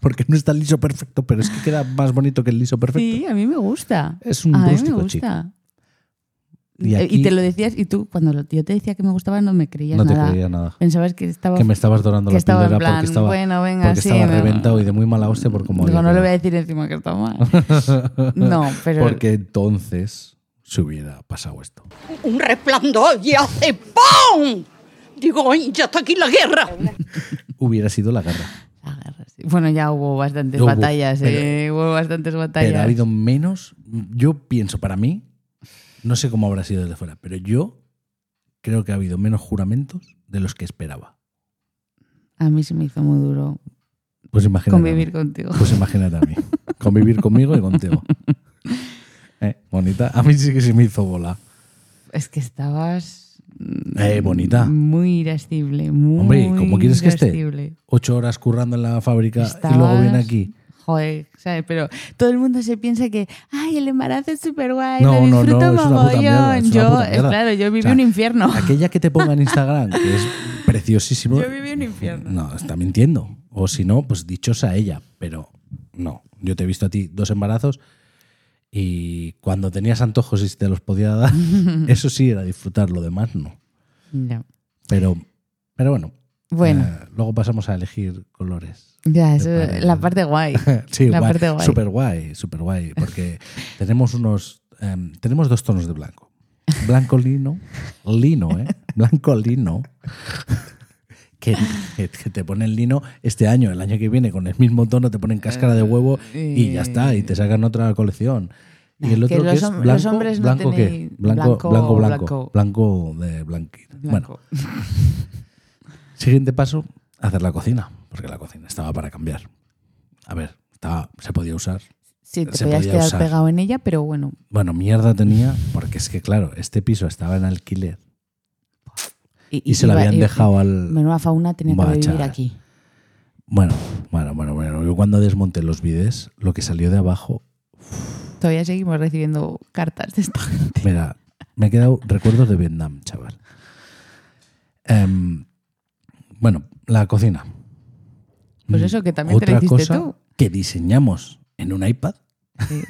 Porque no está liso perfecto, pero es que queda más bonito que el liso perfecto.
Sí, a mí me gusta.
Es un
a mí me
rústico chic.
gusta.
Y
Eh,
aquí-
te lo decías, y tú, cuando lo- yo te decía que me gustaba, no me creías
No te
nada.
creía nada.
Pensabas que estaba.
Que me estabas dorando
que
la
estaba en
píldora
plan,
porque estaba,
bueno, venga,
porque
sí,
estaba
me-
reventado y de muy mala hostia por cómo
Digo,
había
no le voy a
quedado.
decir encima que está mal. No, pero.
Porque entonces se hubiera pasado esto.
un resplandor y hace ¡pum! Digo, ¡ay, ya está aquí la guerra!
Hubiera sido la guerra.
La guerra, sí. Bueno, ya hubo bastantes
Hubo,
batallas,
pero-
eh, Hubo bastantes batallas.
Pero ha habido menos. Yo pienso, para mí, no sé cómo habrá sido desde fuera, pero yo creo que ha habido menos juramentos de los que esperaba.
A mí se me hizo muy duro
Pues imagínate. a mí.
convivir contigo.
Pues imagínate a mí. Convivir conmigo y contigo. Eh, bonita. A mí sí que se me hizo bola.
Es que estabas. mm,
Eh, bonita.
Muy irascible, muy.
Hombre, ¿cómo quieres que esté?
irascible.
Ocho horas currando en la fábrica y
Estabas-
luego viene aquí.
Joder, ¿sabes? Pero todo el mundo se piensa que, ay, el embarazo es súper guay, lo
No, no, no,
disfruto
es una puta
mogollón.
mierda, es una
yo,
puta
eh,
mierda.
claro, yo viví
O sea,
un infierno.
Aquella que te ponga en Instagram, que es preciosísimo.
Yo viví un infierno.
No, está mintiendo. O si no, pues dichosa ella. Pero no, yo te he visto a ti dos embarazos y cuando tenías antojos y te los podía dar, eso sí era disfrutar, lo demás no.
No.
Pero, pero bueno.
Bueno,
eh, luego pasamos a elegir colores.
ya, eso,
prepara-
la parte guay.
Sí,
La
guay,
parte guay.
Súper guay, súper guay. Porque tenemos unos. em, tenemos dos tonos de blanco. Blanco lino. Lino, ¿eh? Blanco lino. Que, que- que te ponen lino este año, el año que viene, con el mismo tono, te ponen cáscara de huevo y ya está, y te sacan otra colección. Y
Nah,
el
Eh, que
otro que,
los
es
hom- los
blanco,
hombres no
blanco, ¿qué?
tenéis-
Blanco, blanco,
blanco,
blanco, blanco,
blanco.
de blanquín. Bueno,
Blanco.
Siguiente paso, hacer la cocina, porque la cocina estaba para cambiar. A ver, estaba, se podía usar.
sí, te
se
podías
podía
quedar
usar.
pegado en ella, pero bueno,
Bueno, mierda tenía, porque es que, claro, este piso estaba en alquiler y, se lo
iba-
habían
y-
dejado al...
Menuda fauna tenía que
Buah,
vivir
chaval.
aquí.
Bueno, bueno, bueno, bueno. Yo cuando desmonté los vides, lo que salió de abajo,
Todavía seguimos recibiendo cartas de esta gente.
mira, me ha quedado recuerdos de Vietnam, chaval. Em, bueno, la cocina.
Pues
Mm,
eso, que también te
Otra
lo hiciste
cosa
tú.
que diseñamos en un iPad.
Sí.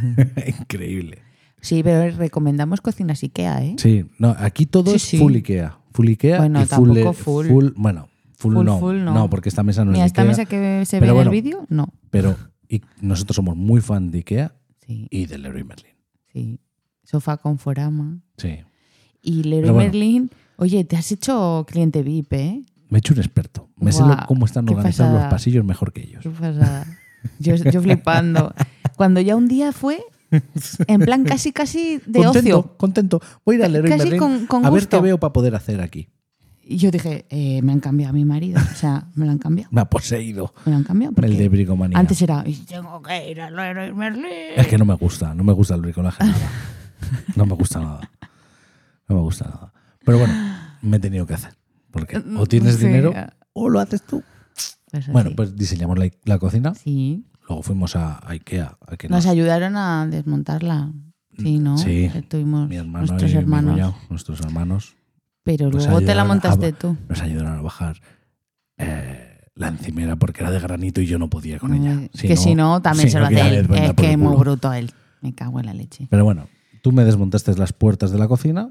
Increíble.
Sí, pero recomendamos cocinas IKEA, ¿eh?
Sí, no, aquí todo
Sí,
es
sí.
full Ikea. Full Ikea
Bueno,
y full,
tampoco full.
Bueno, full,
Full,
no,
full
no.
no.
porque esta mesa no
Mira,
es
esta
Ikea,
mesa que se
Pero
ve en
bueno.
el vídeo, no.
Pero y- nosotros somos muy fan de Ikea
Sí,
y de Leroy Merlin.
sí. Sofá con forama.
Sí.
Y
Pero
Leroy
bueno.
Merlin, oye, te has hecho cliente VIP, ¿eh?
Me he hecho un experto. Me sé
Guau,
lo- cómo están
qué
organizados los
pasada.
pasillos mejor que ellos.
Qué pasada. Yo, yo flipando. Cuando ya un día fue, en plan casi, casi de
contento,
ocio.
contento. Voy a ir a
Ca-
Leroy
casi
Merlin
con- con
a ver
gusto.
qué veo para poder hacer aquí.
Y yo dije, eh, me han cambiado a mi marido. O sea, me lo han cambiado.
Me ha poseído
Me lo han cambiado.
el
porque
de bricomanía.
Antes era, "Y tengo que ir a Leroy Merlin.
Es que no me gusta, no me gusta el bricolaje nada. No me gusta nada. No me gusta nada. Pero bueno, me he tenido que hacer. Porque o tienes
Mm, Sí.
dinero o lo haces tú.
Pues
Bueno,
así.
pues diseñamos la, la cocina,
Sí.
luego fuimos a, a Ikea. A que
Nos
nos-
ayudaron a desmontarla. Sí, ¿no?
Sí.
Tuvimos
mi hermano
nuestros
y mi
hermanos.
cuñado, nuestros hermanos
pero
Nos
luego te la
ayudaron a-
montaste tú.
nos ayudaron a bajar eh, la encimera porque era de granito y yo no podía con
No
ella.
me- que si no, también
si
se
no,
lo
que la
hace él.
vez vendrá
Es
por el
que es muy
culo.
bruto él. Me cago en la leche.
Pero bueno, tú me desmontaste las puertas de la cocina,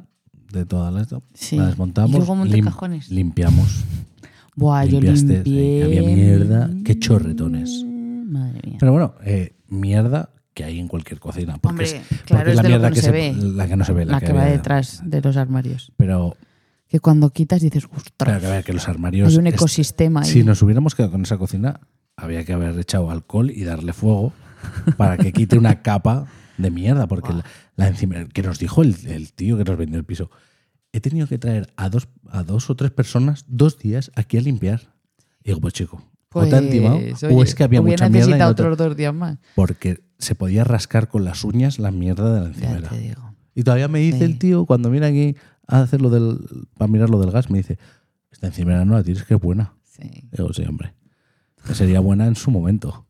de todas las.
Sí.
La desmontamos.
Y luego monté
lim-
cajones.
Limpiamos.
Buah, yo
Limpiaste,
limpié.
sí, había mierda, qué chorretones.
Madre mía.
Pero bueno, eh, mierda que hay en cualquier cocina. Porque
Hombre,
es,
claro,
porque
es
la
de lo
mierda
que no
que
se ve.
La que no se ve, la,
la que va
había-
detrás de los armarios.
Pero,
Que cuando quitas dices,
pero
ostras,
que a ver, que los armarios.
hay un
es-
ecosistema ahí.
Si nos hubiéramos quedado con esa cocina, había que haber echado alcohol y darle fuego para que quite una capa de mierda. Porque la, la encimera- que nos dijo el, el tío que nos vendió el piso, he tenido que traer a dos, a dos o tres personas dos días aquí a limpiar. Y digo, pues chico, o te han timado,
Pues,
o
oye,
es que había
hubiera
mucha mierda. y
necesitado
no te-
otros dos días más.
Porque se podía rascar con las uñas la mierda de la
Ya
encimera.
te digo.
Y todavía me dice
Sí.
el tío, cuando viene aquí a hacer lo del, a mirar lo del gas, me dice, esta encimera no la tienes, que es buena.
Sí.
Digo, sí, hombre. que Sería buena en su momento.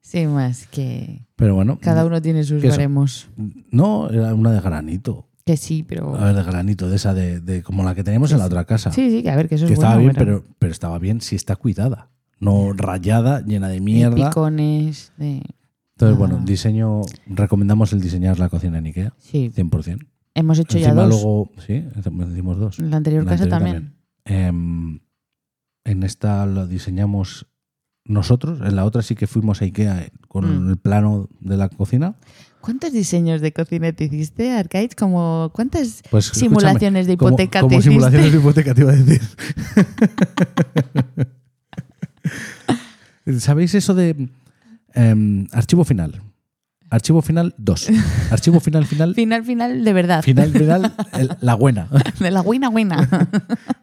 Sí, más que
Pero bueno.
cada uno tiene sus
¿Qué son?
baremos.
No, era una de granito.
Que sí, pero.
A ver, de granito, de esa, de, de- como la que teníamos en la otra casa.
Sí, sí, que a ver, que eso
que
es
estaba
bueno,
bien, pero, pero estaba bien si está cuidada. No rayada, llena de
Y
mierda.
Picones. de-
Entonces,
Ah.
bueno, diseño. Recomendamos el diseñar la cocina en Ikea,
Sí,
100%.
hemos hecho ya
Encima
dos.
luego. Sí, encima hicimos dos.
en la anterior
en la
casa
anterior
también.
Em, en esta lo diseñamos nosotros, en la otra sí que fuimos a Ikea con
Mm.
el plano de la cocina.
¿Cuántos diseños de cocina te hiciste, Arcade? Como, ¿Cuántas
Pues, escúchame,
simulaciones de
como-
hipoteca
como,
te hiciste?
simulaciones de hipoteca te iba a decir. ¿Sabéis eso de em, archivo final? Archivo final 2. Archivo final final.
Final, final, de verdad.
Final final, el- la buena.
De la buena, buena.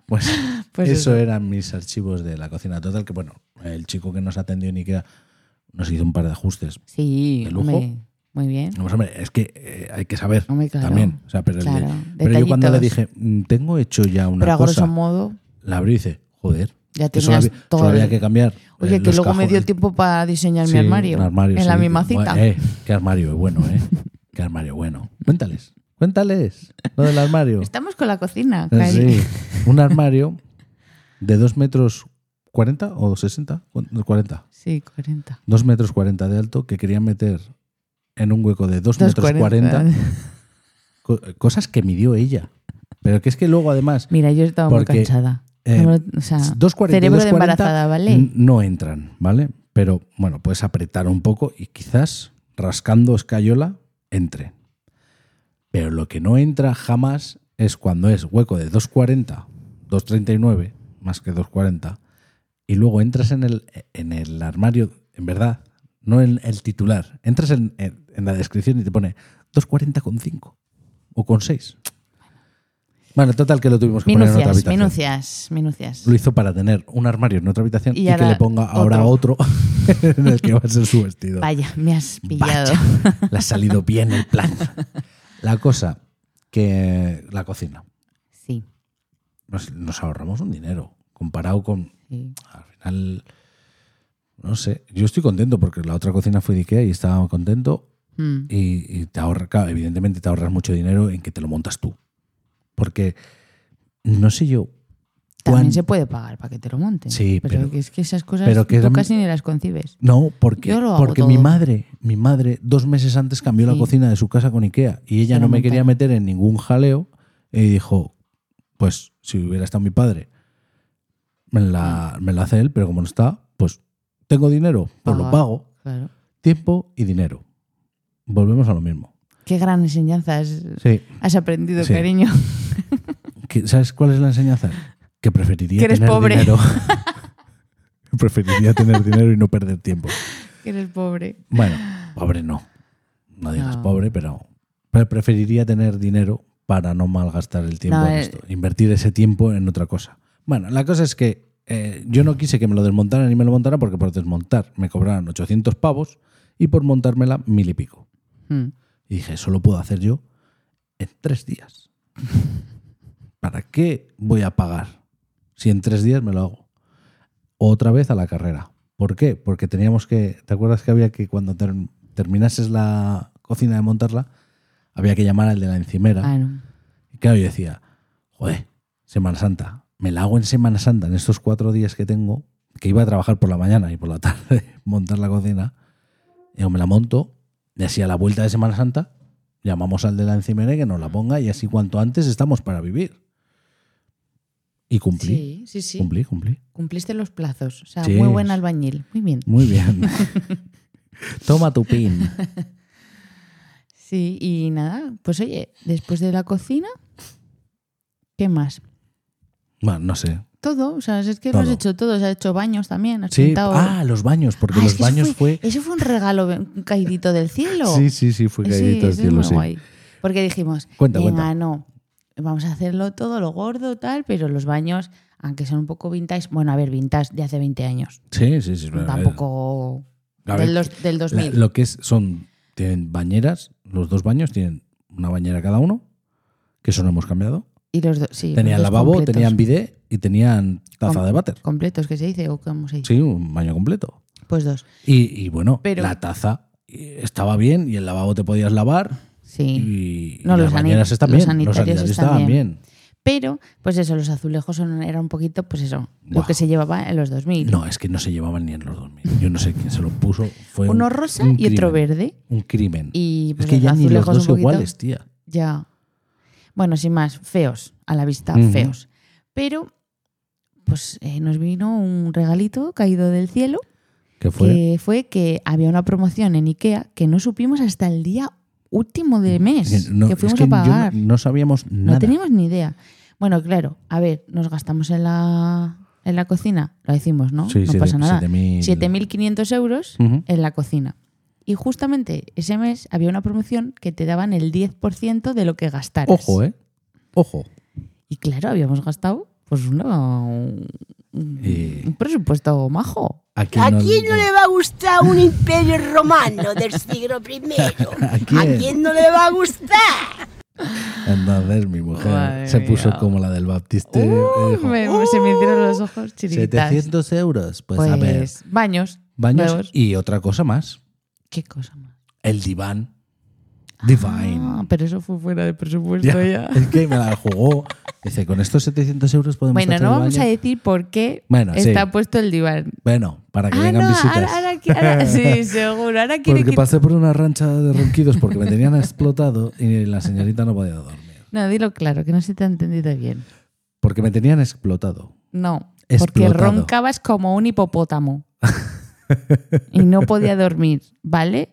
Pues,
Pues
eso,
eso.
eran mis archivos de la cocina. Total, que bueno, el chico que nos atendió en Ikea nos hizo un par de ajustes.
Sí,
¿De lujo?
hombre, muy bien.
No, pues, hombre, es que eh, hay que saber
Hombre, claro.
también. O sea, pero, el-
Claro,
pero yo cuando le dije,
detallitos.
"Mm, tengo hecho ya una
pero a
cosa,
grosso modo,
la abrió y dice, joder,
Ya
que solo
tenías
había,
todo
solo había
el-
que cambiar.
oye,
eh,
que
los
luego me dio
cajones".
tiempo para diseñar
Sí,
mi armario.
un armario,
en la
sí.
misma
Bueno,
cita.
eh, qué armario bueno, ¿eh? qué armario bueno. Cuéntales, cuéntales lo del armario.
Estamos con la cocina,
Eh,
Cari.
sí, un armario de 2 metros 40 o 60, ¿Cuánto? 40.
Sí, 40.
2 metros 40 de alto que querían meter en un hueco de 2 metros 40 co- cosas que midió ella. Pero que es que luego además
Mira, yo estaba
Porque,
muy cansada.
eh,
No me lo- o sea,
240 y mm,
cerebro de
240
embarazada, ¿vale?
n- No entran, ¿vale? Pero bueno, puedes apretar un poco y quizás rascando escayola entre. Pero lo que no entra jamás es cuando es hueco de 240, 239, más que 240, y luego entras en el, en el armario, en verdad, no en el titular, entras en, en- en la descripción y te pone 240,5 o con 6. Bueno, total que lo tuvimos que poner en otra
minucias,
habitación
minucias, minucias.
lo hizo para tener un armario en otra habitación
Y
y, que
ahora
le ponga ahora otro en el que va a ser su vestido.
Vaya, me has pillado.
Vaya, le ha salido bien el plan. La cosa que la cocina.
Sí,
Nos, nos ahorramos un dinero comparado con
sí.
al final no sé, yo estoy contento porque la otra cocina fue de Ikea y estaba contento
Mm,
y, y te ahorra, claro, evidentemente te ahorras mucho dinero en que te lo montas tú. Porque no sé yo
También
cuán-
se puede pagar para que te lo monten.
Sí,
pero,
pero-
que es que esas cosas
pero que
tú
eran-
casi ni las concibes.
No, porque,
Yo lo hago
porque mi
todo.
madre, mi madre, dos meses antes cambió la
Sí.
cocina de su casa con Ikea y ella
Se
no
la
me quería
montaron.
meter en ningún jaleo y dijo, pues si hubiera estado mi padre, me la,
Mm.
me la hace él, pero como no está, pues tengo dinero, pues lo
Paga.
pago,
Claro.
tiempo y dinero. Volvemos a lo mismo.
Qué gran enseñanza has,
Sí.
has aprendido,
Sí.
cariño.
¿Qué- ¿Sabes cuál es la enseñanza? Que preferiría
Que eres
tener
pobre.
dinero. preferiría tener dinero y no perder tiempo.
que eres pobre.
Bueno, pobre no. No digas
No.
pobre, pero pre- preferiría tener dinero para no malgastar el tiempo
No,
en
eh.
esto. Invertir ese tiempo en otra cosa. Bueno, la cosa es que eh, yo no quise que me lo desmontaran y me lo montaran porque por desmontar me cobraran 800 pavos y por montármela mil y pico.
Mm.
Y dije, eso lo puedo hacer yo en tres días. ¿Para qué voy a pagar si en tres días me lo hago? Otra vez a la carrera. ¿Por qué? Porque teníamos que. ¿Te acuerdas que había que cuando ter- terminases la cocina de montarla, había que llamar al de la encimera?
Claro.
Y claro, yo decía, joder, Semana Santa. Me la hago en Semana Santa, en estos cuatro días que tengo, que iba a trabajar por la mañana y por la tarde, montar la cocina. Digo, me la monto, y así a la vuelta de Semana Santa, llamamos al de la encimera y que nos la ponga, y así cuanto antes estamos para vivir. Y cumplí,
Sí, sí, sí.
cumplí, cumplí.
Cumpliste los plazos. O sea,
Sí.
muy buen albañil. Muy bien.
Muy bien. Toma tu pin.
Sí, y nada. Pues oye, después de la cocina, ¿qué más?
Bueno, no sé.
Todo. O sea, es que lo has
Todo.
hecho todo. O sea, has hecho baños también. Has
Sí,
pintado-
ah, los baños, porque
Ah, es
los
que eso
baños fue...
Eso fue un regalo ve- un caidito del cielo.
Sí, sí, sí, fue
Sí,
caídito del
eso es
cielo,
muy
sí.
guay. Porque dijimos,
Cuenta,
venga,
cuenta.
no, vamos a hacerlo todo, lo gordo, tal, pero los baños, aunque son un poco vintage, bueno, a ver, vintage de hace 20 años.
Sí, sí, sí. bueno, a ver.
tampoco
A
Del
ver,
dos- del
la-
2000.
lo que es, son, tienen bañeras, los dos baños tienen una bañera cada uno, que eso no hemos cambiado.
Y los dos, sí. los
tenían
dos
lavabo,
completos.
tenían bidé y tenían taza
Com-
de váter.
Completos, que se dice, o cómo se dice.
Sí, un baño completo.
Pues dos.
Y, y bueno,
Pero-
la taza eh, estaba bien y el lavabo te podías lavar
Sí.
y,
No,
y
los
las
sanit-
bañeras están
los
bien,
sanitarios
los sanitarios
están
estaban
bien.
bien.
Pero, pues eso, los azulejos son, era un poquito, pues eso, lo
Buah.
que se llevaba en los 2000.
No, es que no se llevaban ni en los 2000. Yo no sé quién se lo puso. Fue un-
Uno rosa
un
y otro
crimen.
verde.
Un crimen.
Y, pues,
es que ya
los
ni los
azulejos
dos
un poquito-
iguales, tía.
Ya. Bueno, sin más, feos, a la vista,
Ujú.
feos. Pero, pues eh, nos vino un regalito caído del cielo,
Que fue.
que fue que había una promoción en IKEA que no supimos hasta el día último de
es
mes
que no-
que
es
fuimos
que
a
yo no-
pagar.
no, sabíamos nada.
No teníamos ni idea. Bueno, claro, a ver, nos gastamos en la, en la cocina, lo decimos, ¿no?
Sí,
no
siete-
pasa nada.
7.000.
7.500 euros
Ujú.
en la cocina. Y justamente ese mes había una promoción que te daban el 10% de lo que gastaras.
Ojo, ¿eh? Ojo.
Y claro, habíamos gastado pues una- un,
Eh.
un presupuesto majo.
¿A quién
¿A
no-
quién no le va a gustar un imperio romano del siglo I?
¿A
¿A
quién?
quién no le va a gustar?
Entonces mi mujer
Madre
se puso
mía.
como la del baptisteo. y
Uh,
dijo,
Me- se me hicieron los ojos chiritas.
700 euros. Pues, uh, a ver.
Pues baños.
Baños
nuevos.
y otra cosa más.
¿Qué cosa más?
El diván. Divine.
Ah, pues pero eso fue fuera de presupuesto
Ya,
ya.
Es que me la jugó. Dice, con estos 700 euros podemos
Bueno,
hacer
no
el
vamos
baño".
a decir por qué
Bueno, sí.
está puesto el diván.
Bueno, para que
Ah,
vengan
no,
visitas.
ahora, ahora qui- ahora- sí, seguro. Ahora quiere
porque
que...
pasé por una rancha de ronquidos porque me tenían explotado y la señorita no podía dormir.
No, dilo claro, que no se te ha entendido bien.
Porque me tenían explotado.
No, porque
Explotado.
roncabas como un hipopótamo y no podía dormir, ¿vale?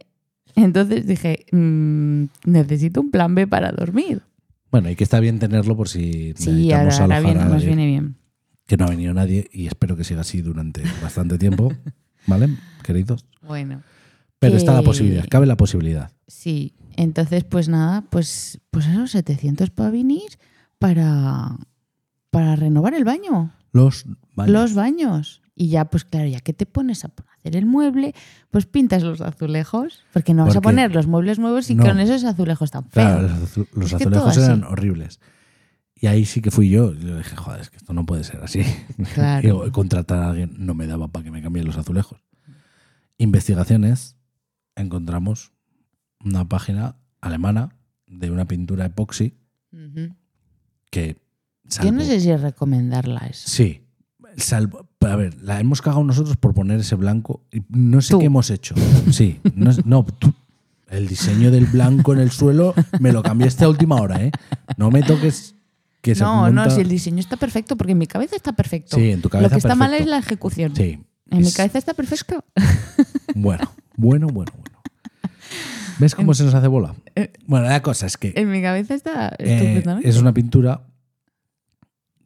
Entonces dije, mm, necesito un plan B para dormir.
Bueno, y que está bien tenerlo por si
Sí, ahora,
necesitamos
ahora
alojar
bien,
a
nos
alguien.
viene bien.
Que no ha venido nadie y espero que siga así durante bastante tiempo. ¿Vale, queridos?
Bueno,
Pero está la
Que-
posibilidad, cabe la posibilidad.
sí. Entonces, pues nada, pues, pues esos 700 pavinis para, para renovar el baño.
Los baños.
los baños. Y ya, pues claro, ya que te pones a hacer el mueble, pues pintas los azulejos, porque no vas a
Porque-
poner los muebles nuevos y
No.
con esos azulejos tan
Claro,
feos.
los, azu- los
Es que todo
azulejos eran
así.
horribles. Y ahí sí que fui yo. Y Yo dije, joder, es que esto no puede ser así.
Claro.
Digo, contratar a alguien no me daba para que me cambie los azulejos. Investigaciones. Encontramos una página alemana de una pintura epoxi
Ujú.
que.
Yo
salvo-
no sé si recomendarla eso.
Sí. Salvo, pero a ver, la hemos cagado nosotros por poner ese blanco. y No sé
Tú.
qué hemos hecho. Sí. No, es- no, tú. El diseño del blanco en el suelo me lo cambiaste a última hora, ¿eh? No me toques que se
No, no,
monta-
si el diseño está perfecto, porque en mi cabeza está perfecto.
Sí, en tu cabeza
Lo que está mal
perfecto.
es la ejecución.
Sí.
En mi
es-
cabeza está perfecto.
Bueno, bueno, bueno, bueno. ¿Ves cómo se nos hace bola? Bueno, la cosa es que
En mi cabeza está
eh,
Eh, estupendamente.
es una pintura,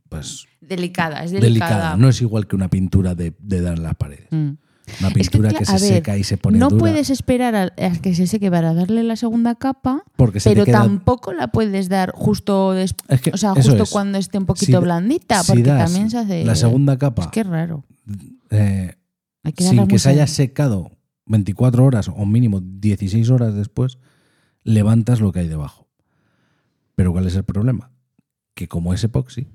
pues,
delicada, es
delicada.
delicada.
No es igual que una pintura de, de dar en las paredes.
Mm.
Una
Es que,
pintura que,
cla-
se
a ver,
seca y se pone
No
dura.
puedes esperar a, a que se seque para darle la segunda capa,
Porque se te
pero
queda-
tampoco la puedes dar justo des-
Es que
o sea,
eso
justo
es.
cuando esté un poquito
Si-
blandita,
si
porque
das
también se hace.
La segunda capa,
Es que es raro.
eh,
Hay que darla
sin que
muy
se haya
segura.
secado 24 horas o mínimo 16 horas después, levantas lo que hay debajo. Pero ¿cuál es el problema? Que como es epoxi,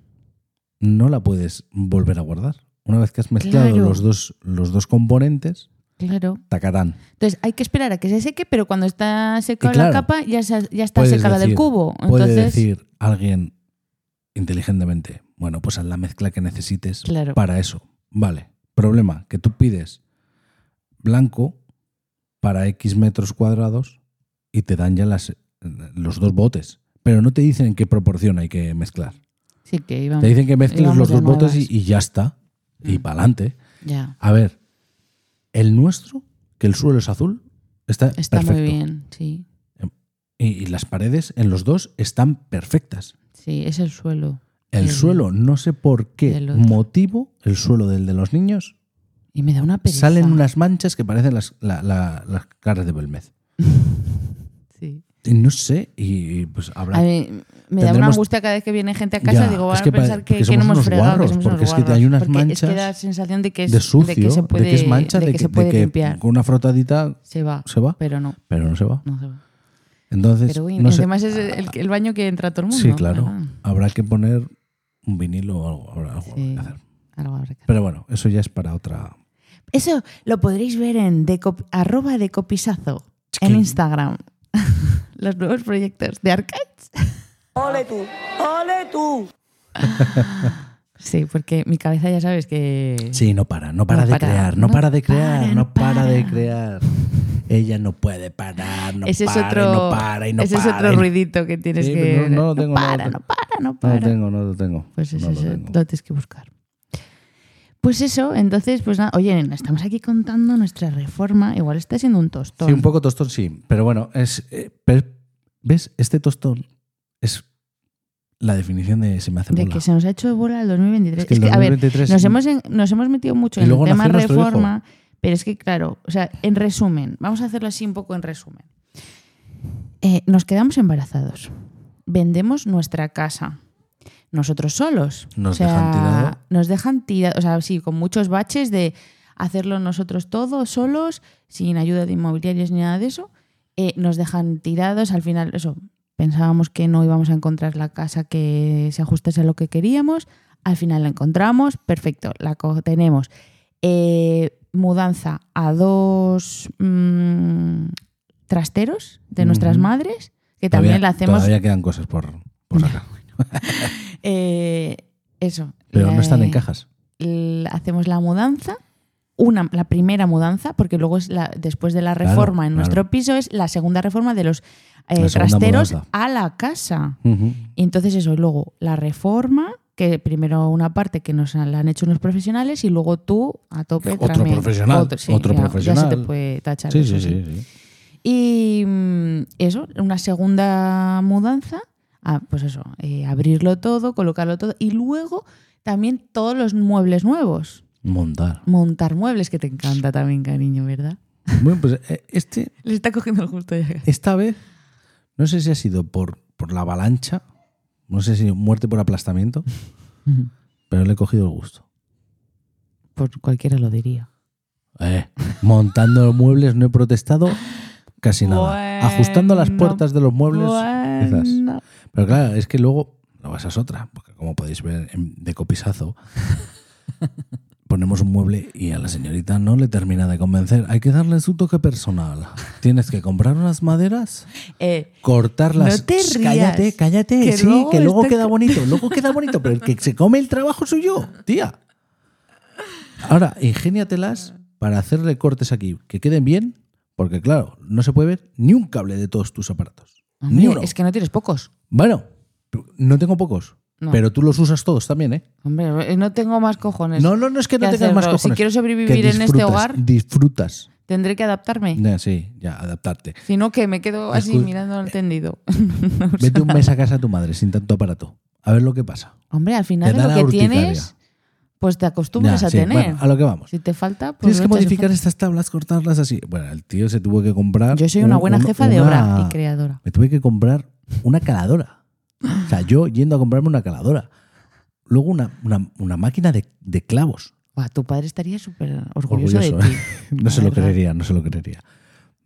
no la puedes volver a guardar. Una vez que has mezclado
Claro.
los, dos, los dos componentes,
Claro.
tacarán.
Entonces hay que esperar a que se seque, pero cuando está seca
Y claro,
la capa ya, se- ya está
puedes
seca la del
decir-
cubo.
Puede
Entonces,
decir alguien inteligentemente, bueno, pues haz la mezcla que necesites
Claro.
para eso. Vale. Problema, que tú pides blanco para X metros cuadrados y te dan ya las, los dos botes. Pero no te dicen en qué proporción hay que mezclar.
sí que íbamos-
Te dicen que mezcles
íbamos
los
Ah, de Mm.
dos botes y,
nuevas.
y ya está. Y para adelante.
Ya.
A ver, el nuestro, que el suelo es azul, está,
Está
perfecto.
muy bien, sí.
Y, y las paredes en los dos están perfectas.
Sí, es el suelo. Eh,
El
El-
suelo, no sé por qué
del otro.
motivo, el suelo del de los niños,
Y me da una pereza.
salen unas manchas que parecen las, la- la- las caras de Belmez.
Sí.
No sé, y pues habrá.
A mí me da una
Tendremos-
angustia cada vez que viene gente a casa
Ya,
digo,
es
van a
que pa-
pensar que,
porque
que no
somos
hemos
unos
fregado,
guarros,
que somos
porque
unos
es que
guarros,
hay unas
porque Es
manchas
que da la sensación de que, es,
de sucio,
de que se puede,
es mancha, de, que,
se
de
puede
que
limpiar.
con una frotadita
Se va,
se va.
pero no,
Pero no se va.
no se va.
Entonces,
Pero uy,
no sé.
encima es el, el baño que entra todo el mundo.
Sí, claro.
Ah,
Habrá que poner un vinilo o algo. habrá algo
sí.
que hacer.
Algo habrá que hacer.
Pero bueno, eso ya es para otra.
Eso lo podréis ver en decop- arroba decopisazo
que-
en Instagram. Los nuevos proyectos de Arcades.
Ole tú, ole tú.
Sí, porque mi cabeza ya sabes que...
Sí, no para, no para
No
de
para,
crear, no,
no
para de crear,
para,
no
no
para, de
para.
crear. Ella no puede parar, no
ese
para,
es otro,
y no para y no
ese
para.
es otro
y no-
ruidito que tienes
Sí,
que...
pero no- no lo tengo, no lo
para,
tengo.
no para, no
No
para.
lo tengo, no lo tengo.
Pues eso,
no
eso,
lo
lo,
tengo.
tienes que buscar. Pues eso, entonces, pues nada, oye, nena, estamos aquí contando nuestra reforma, igual está siendo un tostón.
Sí, un poco tostón, sí. Pero bueno, es. eh, per- ¿Ves? Este tostón es la definición de se me hace
de
bola.
que se nos ha hecho bola el 2023.
Es que el
a ver,
2023
nos hemos, en- nos hemos metido mucho
Y
en el
luego
tema
nació nuestro
reforma, pero es que claro, o sea, en resumen, vamos a hacerlo así un poco en resumen. Eh, nos quedamos embarazados, vendemos nuestra casa, nosotros solos.
Nos dejan tirado.
Nos dejan tirado, o sea, sí, con muchos baches de hacerlo nosotros todos, solos, sin ayuda de inmobiliarios ni nada de eso. Eh, nos dejan tirados, al final, eso, pensábamos que no íbamos a encontrar la casa que se ajustase a lo que queríamos, al final la encontramos, perfecto, la co- tenemos. Eh, mudanza a dos mm, trasteros de nuestras
Ujú.
madres, que
Todavía-
también la hacemos...
Todavía quedan cosas por, por sacar.
eh, eso.
Pero
la-
no están en cajas.
l- hacemos la mudanza, una, la primera mudanza, porque luego es la, después de la
Claro,
reforma en
claro.
nuestro piso es la segunda reforma de los eh,
La segunda
trasteros
mudanza.
a la casa.
Ujú.
Y entonces eso, y luego la reforma, que primero una parte que nos han- la han hecho unos profesionales y luego tú a tope
Otro
también.
profesional,
sí,
otro
ya- Ya se te
profesional.
puede tachar.
Sí,
eso,
sí,
sí.
sí, sí.
Y mm, eso, una segunda mudanza, ah, pues eso, eh, abrirlo todo, colocarlo todo y luego también todos los muebles nuevos.
Montar.
Montar muebles, que te encanta también, cariño, ¿verdad?
Bueno, pues eh, este,
Le está cogiendo el gusto ya.
esta vez, no sé si ha sido por, por la avalancha, no sé si muerte por aplastamiento, pero le he cogido el gusto.
Pues cualquiera lo diría.
Eh, montando muebles no he protestado casi nada.
Bueno,
Ajustando las puertas de los muebles, quizás.
Bueno.
Pero claro, es que luego, no, esa es otra, porque como podéis ver en- de copisazo, ponemos un mueble y a la señorita no le termina de convencer. Hay que darle su toque personal. Tienes que comprar unas maderas,
Eh,
cortarlas.
No te
Shh,
rías,
Cállate, cállate.
que
sí,
luego
que luego
está-
queda bonito, luego queda bonito, pero el que se come el trabajo soy yo, tía. Ahora, ingéniatelas para hacerle cortes aquí, que queden bien, porque claro, no se puede ver ni un cable de todos tus aparatos. ni
hombre,
uno.
es que no tienes pocos.
Bueno, no tengo pocos.
No.
Pero tú los usas todos también, ¿eh?
Hombre, eh, no tengo más cojones.
No, no, no es que no
¿Qué
tengas más
hacerlo? Si
cojones.
quiero sobrevivir
Que
en este
disfrutas,
hogar.
Disfrutas.
Tendré que adaptarme.
Ya, sí, ya, adaptarte.
Si no, que me quedo así
Discul-
mirando al tendido.
eh, Vete un mes a casa a tu madre sin tanto aparato. A ver lo que pasa.
Hombre, al final
Te
de
da
lo
la
que
urticaria.
tienes, pues te acostumbras
Ya,
a
sí,
tener.
bueno, a lo que vamos.
Si te falta, pues
Tienes
lo echas
que
en
modificar
falta.
estas tablas, cortarlas así. Bueno, el tío se tuvo que comprar.
Yo soy
un-
una buena
un-
jefa de
una-
obra y creadora.
Me tuve que comprar una caladora. O sea, yo yendo a comprarme una caladora. Luego una, una- una máquina de, de clavos.
Buah, tu padre estaría súper orgulloso, de
Orgulloso, ¿eh?
ti.
no se
la
lo
verdad.
creería, no se lo creería.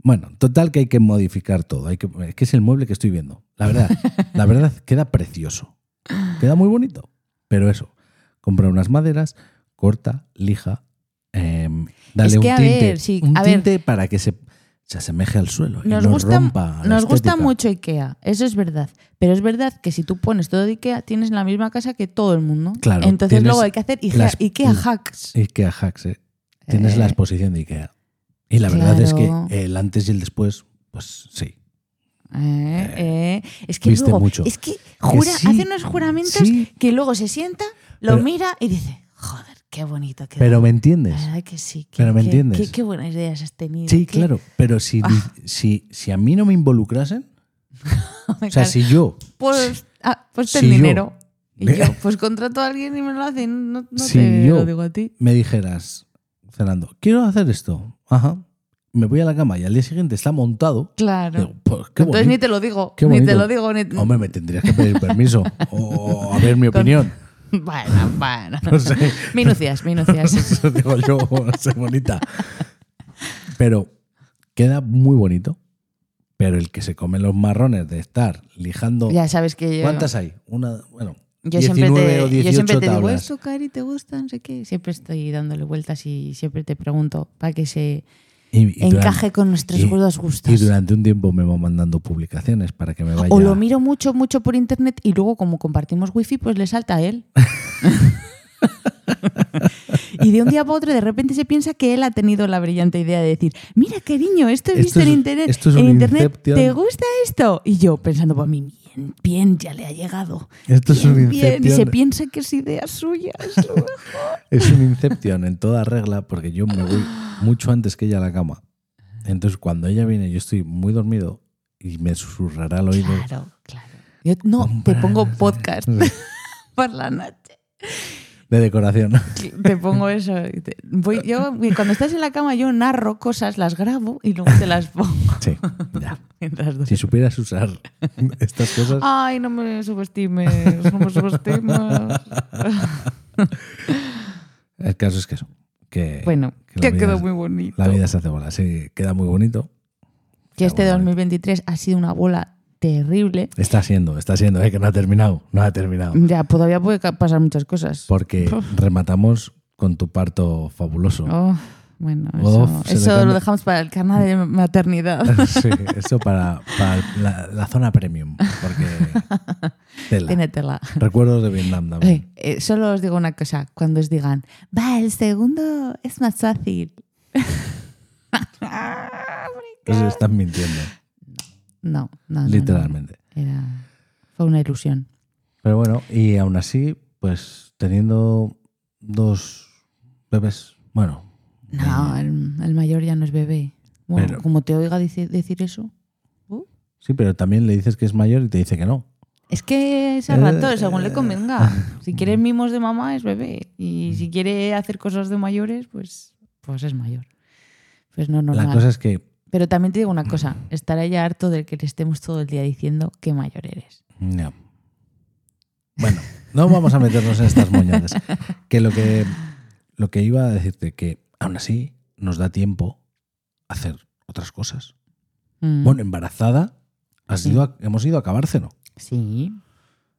Bueno, total que hay que modificar todo. Hay que, es que es el mueble que estoy viendo. La verdad, la verdad queda precioso. Queda muy bonito. Pero eso, compra unas maderas, corta, lija, em, dale
Es que,
un
a
tinte,
ver, sí,
un
a ver.
tinte para que se, se asemeje al suelo y
Nos,
no
gusta,
rompa. la
nos gusta
estética.
mucho Ikea, eso es verdad. Pero es verdad que si tú pones todo de Ikea, tienes la misma casa que todo el mundo.
Claro,
Entonces
tienes
luego hay que hacer Ikea,
las-
Ikea hacks.
Ikea hacks, ¿eh? Tienes la
Eh.
exposición de Ikea. Y la verdad es
Claro.
que el antes y el después, pues sí.
Eh, eh. Es que
viste
luego,
mucho.
es que jura,
sí,
hace unos juramentos
sí.
que luego se sienta, lo
Pero-
mira y dice, joder, qué bonito quedó.
Pero me entiendes.
La verdad que sí. que-
Pero me
que-
entiendes.
que- Qué, buenas ideas has tenido.
Sí,
qué- Ah.
claro, pero si, si, si a mí no me involucrasen, o sea, si yo,
Pues, ah, pues ten
si yo-
dinero. Y yo, pues contrato a alguien y me lo hacen. No, no
Si
te
yo-
lo digo a ti.
me dijeras, Fernando, quiero hacer esto, ajá, me voy a la cama y al día siguiente está montado.
Claro.
digo, pues, qué
Entonces
bonito,
ni te lo digo.
qué
ni te
bonito.
lo digo. Ni...
Hombre, me tendrías que pedir permiso o a ver mi
Con-
opinión.
Bueno, bueno.
No sé.
Minucias, minucias.
Eso digo yo, no sé, bonita. Pero queda muy bonito. Pero el que se come los marrones de estar lijando.
ya sabes que yo.
¿Cuántas hay? Una, bueno,
Yo
19
siempre te,
o 18
yo siempre te digo,
tablas.
¿eso, Cari, te gusta? No sé qué. Siempre estoy dándole vueltas y siempre te pregunto para que se
Y- y durante-
encaje con nuestros
y-
gordos
Y
gustos.
durante un tiempo me va mandando publicaciones para que me vaya.
O lo miro mucho, mucho por internet y luego, como compartimos wifi, pues le salta a él. y de un día para otro, de repente se piensa que él ha tenido la brillante idea de decir: Mira, cariño, esto he
Esto
visto en
es-
internet.
esto es
en
un
internet,
Inception".
¿te gusta esto? Y yo pensando por mí: Bien, bien, ya le ha llegado.
Esto es un
Bien, bien. Y se
Inception.
piensa que es idea suya. es lo mejor.
Es un Inception en toda regla porque yo me voy mucho antes que ella a la cama. Entonces, cuando ella viene, yo estoy muy dormido y me susurrará al oído.
claro, claro. Yo, no, te pongo podcast por la noche.
De decoración.
Te pongo eso. y te- voy- yo, cuando estás en la cama, yo narro cosas, las grabo y luego te las pongo.
Sí, ya.
mientras duermo.
Si supieras usar estas cosas.
Ay, no me subestimes, no me subestimes.
El caso es que eso. Que,
Bueno,
que la
que
vida-
quedó muy bonito.
La vida se hace bola. Sí, queda muy bonito.
que este
Queda muy bonito.
2023 ha sido una bola terrible.
Está siendo, está siendo, eh, que no ha terminado. No ha terminado.
Ya, todavía puede ca- pasar muchas cosas.
Porque rematamos con tu parto fabuloso.
Oh, bueno,
Oh,
eso,
se le
eso
cambia-
lo dejamos para el canal de maternidad.
Sí, eso para, para la, la zona premium. Porque. tela.
Ténetela.
Recuerdos de Vietnam
Eh,
también.
eh, solo os digo una cosa, cuando os digan, va, el segundo es más fácil.
Entonces están mintiendo,
No, no. no,
literalmente.
no. Era, fue una ilusión.
Pero bueno, y aún así, pues teniendo dos bebés, bueno,
No, el, el mayor ya no es bebé. Bueno,
Pero-
como te oiga dice- decir eso. uh,
sí, pero también le dices que es mayor y te dice que no.
es que es
Eh,
al rato, según le convenga. Si quiere mimos de mamá, es bebé. Y si quiere hacer cosas de mayores, pues, pues es mayor. Pues no, normal.
La cosa es Mm. que
Pero también te digo una cosa, estará ya harto de que le estemos todo el día diciendo que mayor eres.
No. Bueno, no vamos a meternos en estas moñadas. Que lo que lo que iba a decirte que aún así nos da tiempo a hacer otras cosas.
Mm.
Bueno, embarazada has
Sí.
ido a- hemos ido a acabárselo.
Sí.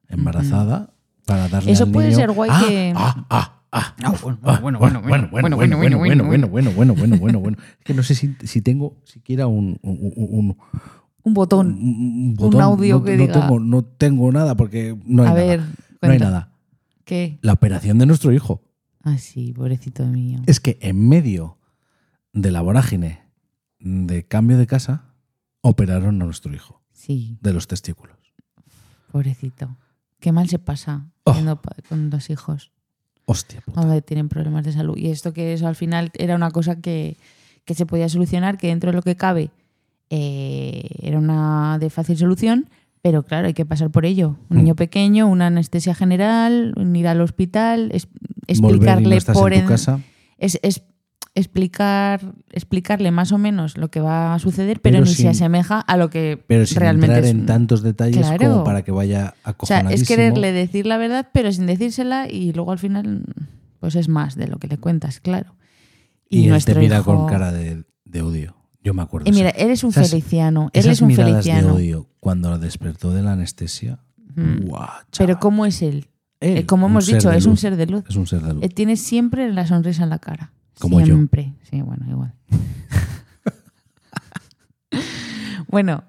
Embarazada para darle
Eso
al
puede
niño-
ser guay
¡Ah!
que-
¡Ah! ¡Ah! ah!
Ah,
Uf,
bueno,
ah,
bueno, bueno,
bueno, bueno, bueno, bueno, bueno, bueno, bueno, bueno, bueno, bueno, bueno. Es que no sé si, si tengo siquiera un- un- un- un,
Un
Mm,
botón.
un,
un audio
no,
que
no
diga-
Tengo, no tengo nada porque no hay
A
nada.
ver,
no hay
cuenta.
nada.
¿Qué?
La operación de nuestro hijo.
Ah, sí, pobrecito mío.
Es que en medio de la vorágine de cambio de casa, operaron a nuestro hijo
Sí,
de los testículos.
pobrecito. Qué mal se pasa
Oh.
siendo pa- con dos hijos.
Hostia puta.
Cuando tienen problemas de salud. Y esto que eso al final era una cosa que, que se podía solucionar, que dentro de lo que cabe eh, era una de fácil solución, pero claro, hay que pasar por ello. Un
Mm.
niño pequeño, una anestesia general, un ir al hospital, es-
Volver y no
explicarle
estás
por
en tu
en-
casa.
es, es explicar, explicarle más o menos lo que va a suceder, pero,
Pero
ni
sin-
se asemeja a lo que
Pero sin
realmente
entrar
es.
en
un-
tantos detalles
Claro.
como para que vaya
o sea,
acojonadísimo.
es quererle decir la verdad, pero sin decírsela, y luego al final, pues es más de lo que le cuentas, claro.
y él te
nuestro
mira
hijo-
con cara de, de odio. Yo me acuerdo.
Y mira,
esa-
eres un
esas-
feliciano,
Esas
eres un
miradas
feliciano.
de odio cuando lo despertó de la anestesia. Guau, chaval.
Pero ¿cómo es él?
Él,
Eh, como
un
hemos
ser
dicho,
de
es un
luz.
ser de luz.
Es un ser de luz.
Eh, Tiene siempre la sonrisa en la cara.
Como yo.
siempre. Sí, bueno, igual. bueno,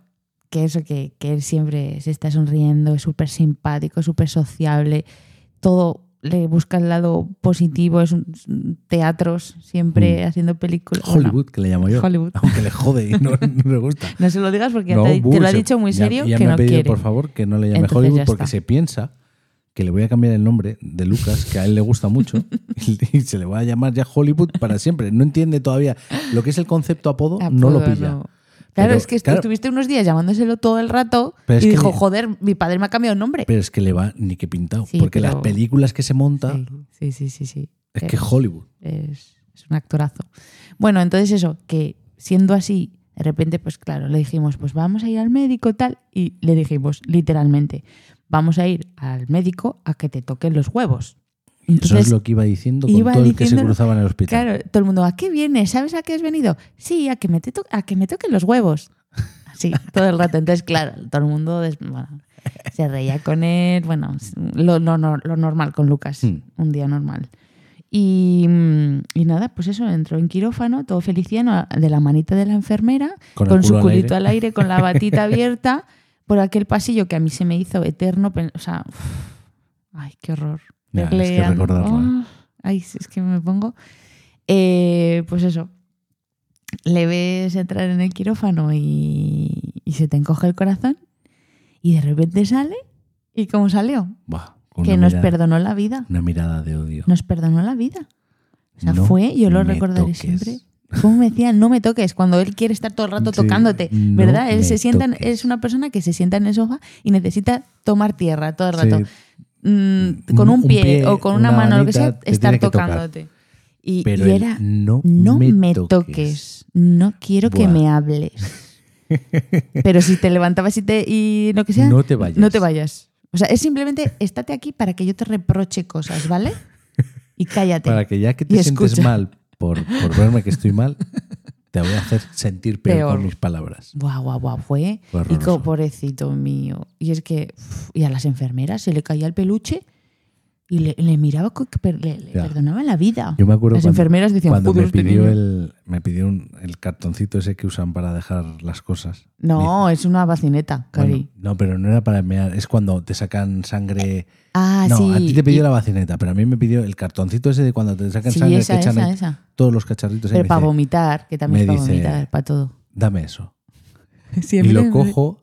que eso, que, que él siempre se está sonriendo, es súper simpático, súper sociable, todo le busca el lado positivo, es un es un teatros, siempre haciendo películas. Bueno,
Mm. Hollywood, que le llamo yo.
Hollywood.
Aunque le jode y no, no le gusta.
no se lo digas porque
No,
te, te lo ha
buh,
dicho muy
ya-
serio
Ya,
que
me
no
ha pedido,
quiere.
por favor, que no le llame
Entonces
Hollywood
ya
porque
está.
se piensa que le voy a cambiar el nombre de Lucas, que a él le gusta mucho, y se le va a llamar ya Hollywood para siempre. No entiende todavía lo que es el concepto apodo, no lo
Apodo,
pilla.
Ah, pues no. Claro,
Pero,
es que estu-
claro.
estuviste unos días llamándoselo todo el rato
Pero es
y
que
dijo,
ni-
joder, mi padre me ha cambiado el nombre.
Pero es que le va ni que pintado,
Sí,
porque las
pero-
películas que se monta
Sí, sí, Eh, sí, sí. sí.
es que Hollywood.
es, es un actorazo. Bueno, entonces eso, que siendo así, de repente, pues claro, le dijimos, pues vamos a ir al médico tal, y le dijimos, literalmente, vamos a ir al médico a que te toquen los huevos.
Eso
Entonces,
es lo que iba diciendo con
iba
todo el que se
diciendo-
cruzaba en el hospital.
Claro, todo el mundo, ¿a qué vienes? ¿Sabes a qué has venido? Sí, a que me, te to- a que me toquen los huevos. Sí, todo el rato. Entonces, claro, todo el mundo des- bueno, se reía con él. Bueno, s- lo, lo nor- lo normal con Lucas,
Hmm.
un día normal. Y, mm, y nada, pues eso, entró en quirófano, todo Feliciano, a- de la manita de la enfermera,
Con
con,
el
su
culo al
culito
aire.
al aire, con la batita abierta, por aquel pasillo que a mí se me hizo eterno. pen- O sea, uf, ay, qué horror.
Ya, es que
Verle a-
recordarlo, ¿eh?
Ah, ay, si es que me pongo. Eh, pues eso. Le ves entrar en el quirófano y, y se te encoge el corazón y de repente sale y cómo salió
Buah, con
que
una
nos
mirada-
perdonó la vida
Una mirada de odio.
nos perdonó la vida o sea
No
fue yo lo
me
recordaré
toques.
siempre como me decía no me toques cuando él quiere estar todo el rato
Sí,
tocándote
no
verdad él
me
se sienta en-
toques.
es una persona que se sienta en el sofá y necesita tomar tierra todo el rato
Sí,
mm, con un,
un
pie,
pie,
o con una,
una
mano, lo que
manita,
sea,
te
estar
tiene que tocar.
tocándote. Y,
pero
y
él,
era,
no,
no me toques, no quiero que
Buah.
me hables. pero si te levantabas y, te, y lo que sea,
No te vayas.
no te vayas. O sea, es simplemente estate aquí para que yo te reproche cosas, ¿vale? Y cállate.
Para que ya que te
Y
sientes
escucha.
mal por, por verme que estoy mal, te voy a hacer sentir peor,
Peor.
con mis palabras.
Guau, guau, guau, fue.
Fue
Y
horroroso.
co- pobrecito mío. Y es que, uf, y a las enfermeras se le caía el peluche y le, le miraba, co- que per- le, le
Ya.
perdonaba la vida.
Yo me acuerdo
las
cuando-
enfermeras decían,
cuando
"Joder,
me
este
pidió,
niño".
el, me pidió un- el cartoncito ese que usan para dejar las cosas.
No, es una bacineta,
Bueno,
Cari.
no, pero no era para mear, es cuando te sacan sangre.
ah,
no,
sí.
a ti te pidió
y-
la bacineta, pero a mí me pidió el cartoncito ese de cuando te sacan
Sí,
sangre
esa,
que echan
esa,
ahí
esa.
todos los cacharritos. ahí
Pero
me
para
dice,
vomitar, que también
me
es para
dice-
vomitar, para todo.
Dame eso.
Sí, a
y
mí
lo
me-
cojo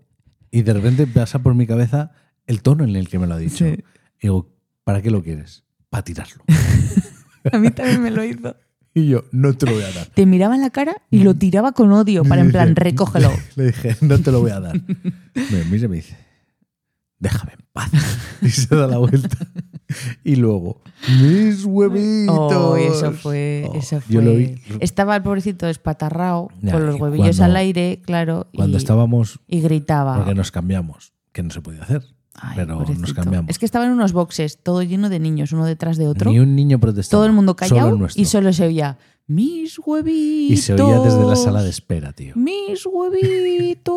y de repente pasa por mi cabeza el tono en el que me lo ha dicho.
Sí.
Y digo, ¿para qué lo quieres? Para tirarlo.
A mí también me lo hizo.
y yo, no te lo voy a dar.
Te miraba en la cara y lo tiraba con odio, para en plan, recógelo.
Le dije, no te lo voy a dar. Me mira y me dice, déjame en paz. Y se da la vuelta. Y luego, mis huevitos.
Oh, eso fue,
Oh,
eso fue.
Yo lo vi.
Estaba el pobrecito espatarrao
Ya,
con los
y
huevillos
cuando-
al aire, claro, y,
Cuando estábamos,
y gritaba.
porque nos cambiamos, que no se podía hacer.
Ay,
pero nos
pobrecito.
cambiamos.
Es que estaban unos boxes, todo lleno de niños, uno detrás de otro.
Ni un niño protestaba.
todo el mundo
Solo
callado
el nuestro.
y solo se oía mis huevitos.
Y se oía desde la sala de espera, tío.
Mis huevitos.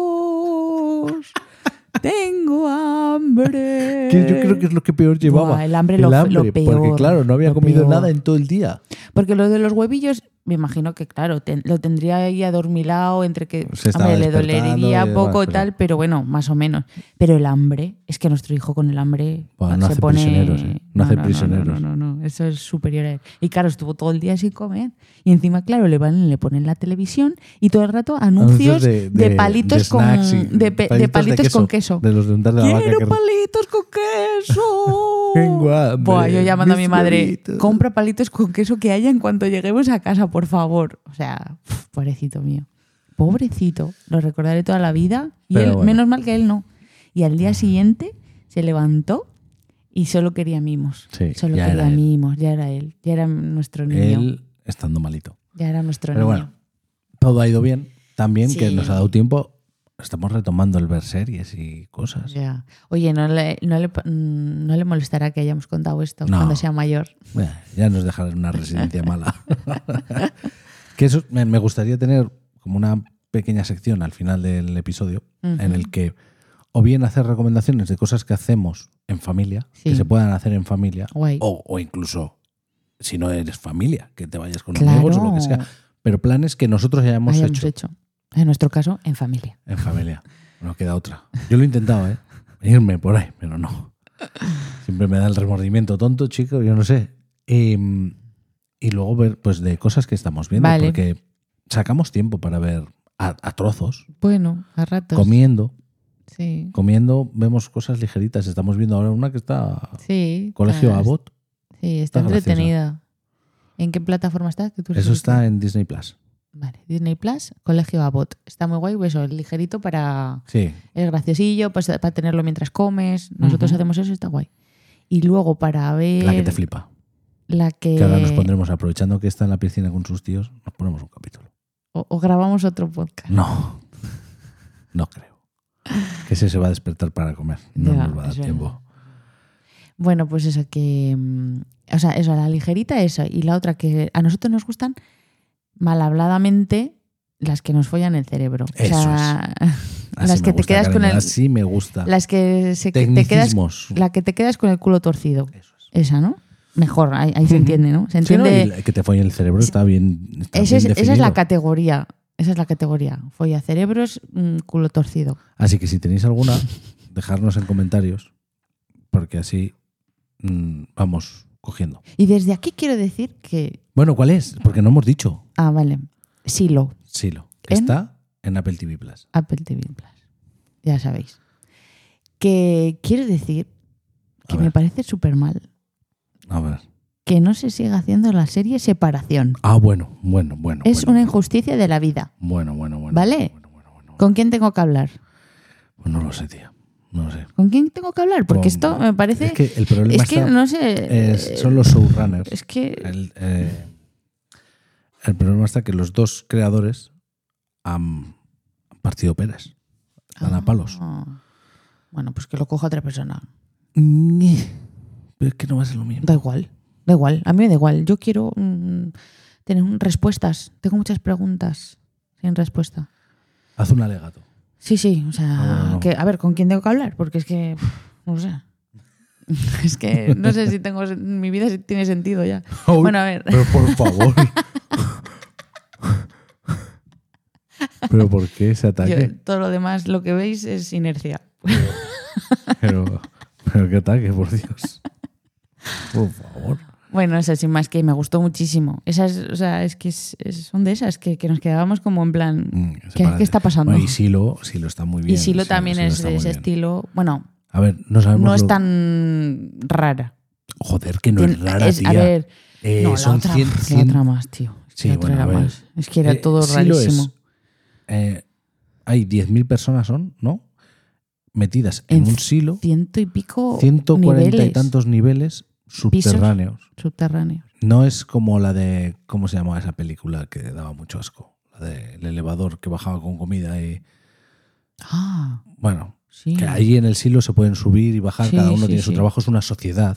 Tengo hambre.
Que yo creo que es lo que peor llevaba.
Buah, el hambre lo- lo
Porque
peor,
claro, no había
lo
comido
peor.
nada en todo el día.
Porque lo de los huevillos, me imagino que claro, ten- lo tendría ahí adormilado entre que
Se estaba
hombre, le
despertando y
dolería
demás,
poco
pero-
tal, pero bueno, más o menos. Pero el hambre, es que nuestro hijo con el hambre
Buah, no
se
hace
pone...
prisioneros, ¿eh? No hace
No,
prisioneros.
no, no, no, eso es superior a él. Y claro, estuvo todo el día sin comer. Y encima, claro, le van le ponen la televisión y todo el rato anuncios de, palitos con
snacks y
de, pe- de
palitos
palitos con queso.
De los de untar de la vaca.
Quiero
que-
palitos con queso.
Tengo hambre,
Buah, yo llamando a mi
mis
madre,
huevitos.
compra palitos con queso que haya en cuanto lleguemos a casa, por favor. O sea, pf, pobrecito mío. Pobrecito, lo recordaré toda la vida. Y
Pero
él,
bueno.
menos mal que él no. Y al día siguiente se levantó y solo quería mimos.
Sí,
solo
ya
quería
era él.
mimos, ya era él, ya era nuestro niño.
Él estando malito.
ya era nuestro
Pero
niño.
bueno, todo ha ido bien. También que
Sí.
nos ha dado tiempo. Estamos retomando el ver series y cosas.
Ya. Oye, no le, no, le, mm, no le molestará que hayamos contado esto
No.
cuando sea mayor.
Bueno, ya nos dejarán una residencia mala. que eso me, me gustaría tener como una pequeña sección al final del episodio en el que o bien hacer recomendaciones de cosas que hacemos en familia, que
Sí.
se puedan hacer en familia,
Guay.
o, o incluso si no eres familia, que te vayas con
Claro.
amigos o lo que sea, pero planes que nosotros hayamos,
hayamos
hecho,
hecho. En nuestro caso, en familia.
en familia. No queda otra. Yo lo he intentado, ¿eh? Irme por ahí, pero no. Siempre me da el remordimiento tonto, chico, yo no sé. Eh, y luego ver, pues, de cosas que estamos viendo,
Vale.
porque sacamos tiempo para ver a, a trozos,
Bueno, a ratos.
comiendo,
sí.
comiendo, vemos cosas ligeritas. Estamos viendo ahora una que está
Sí. Ah,
Colegio
está-
Abbott.
Sí, está,
está
entretenida. ¿En qué plataforma está? ¿Que tú
Eso
sabes?
está en Disney Plus.
Vale, Disney Plus, Colegio Abbott. Está muy guay, pues eso, el ligerito para.
Sí,
Es graciosillo, pues, para tenerlo mientras comes. Nosotros
Ujú.
hacemos eso, está guay. Y luego para ver.
la que te flipa.
la que- eh,
Que ahora nos pondremos, aprovechando que está en la piscina con sus tíos, nos ponemos un capítulo.
O, o grabamos otro podcast.
No, no creo. Que ese se va a despertar para comer. No
Ya,
nos va a dar
es verdad.
tiempo.
Bueno, pues eso que. mm, O sea, eso, la ligerita, eso. Y la otra que a nosotros nos gustan malhabladamente las que nos follan el cerebro.
Eso
o sea,
Así
las
me
que te
gusta,
quedas con
Karen,
el.
Así me gusta.
Las que se que te quedas.
Tecnicismos.
La que te quedas con el culo torcido.
Eso es.
Esa, ¿no? Mejor, ahí, ahí se entiende, ¿no? Se
Sí, ¿no?
entiende.
Y la- que te folle el cerebro está bien. está
Ese es-
bien
esa es la
definido.
categoría. Esa es la categoría. Folla cerebros, mm, culo torcido.
Así que si tenéis alguna, dejarnos en comentarios, porque así mm, vamos cogiendo.
Y desde aquí quiero decir que.
Bueno, ¿cuál es? Porque no hemos dicho.
Ah, vale. Silo,
Silo.
¿En?
Está en Apple TV Plus.
Apple TV Plus. Ya sabéis. Que quiero decir que
A
me
ver.
parece súper mal
A ver.
que no se siga haciendo la serie Separación.
Ah, bueno, bueno, bueno.
es
bueno,
una injusticia de la vida.
Bueno, bueno, bueno.
¿Vale?
Bueno, bueno, bueno.
¿Con quién tengo que hablar?
Pues no lo sé, tía. No lo sé.
¿Con quién tengo que hablar? Porque
Con-
esto me parece.
Es que el problema
es que
está-
no sé. eh,
Es- son los showrunners.
Es que.
El, eh, el problema está que los dos creadores han, han partido peras. Dan a palos.
Ah. Bueno, pues que lo coja otra persona.
Ñe. Pero es que no va a ser lo mismo.
Da igual, da igual, a mí me da igual. Yo quiero mm, tener un- respuestas. Tengo muchas preguntas sin respuesta.
Haz un alegato.
Sí, sí, o sea,
Ah, bueno, no.
que, a ver, ¿con quién tengo que hablar? Porque es que, pf, no sé. Es que no sé si tengo sen- mi vida tiene sentido ya. Bueno, a ver.
Pero por favor. pero ¿por qué ese ataque?
Yo- todo lo demás, lo que veis es inercia.
Pero, pero qué ataque, por Dios. Por favor.
Bueno, esa sin más que me gustó muchísimo. Esas, o sea, es que es- es- son de esas que, que nos quedábamos como en plan,
Mm,
¿qué,
sepárate.
qué está pasando?
Bueno, y Silo, Silo está muy bien.
y Silo también es
está
de
muy
ese
bien.
estilo. Bueno,
A ver, no sabemos.
no es
lo-
tan rara.
Joder, que no es
Tien-
rara,
es-
tía.
A ver,
Eh,
no, la,
son
otra,
100,
la
100.
otra más, tío. Es que
Sí,
la otra
bueno,
era
a ver.
más. Es que era
Eh,
todo
Silo es,
rarísimo.
eh, hay 10.000 personas, son, ¿no? Metidas en,
En
un silo,
Ciento y pico
140
niveles
y tantos niveles subterráneos.
subterráneos.
No es como la de. ¿Cómo se llamaba esa película que daba mucho asco? La del elevador que bajaba con comida y.
Ah,
Bueno,
sí.
que ahí en el silo se pueden subir y bajar,
Sí,
cada uno
sí,
tiene su
sí.
trabajo, es una sociedad.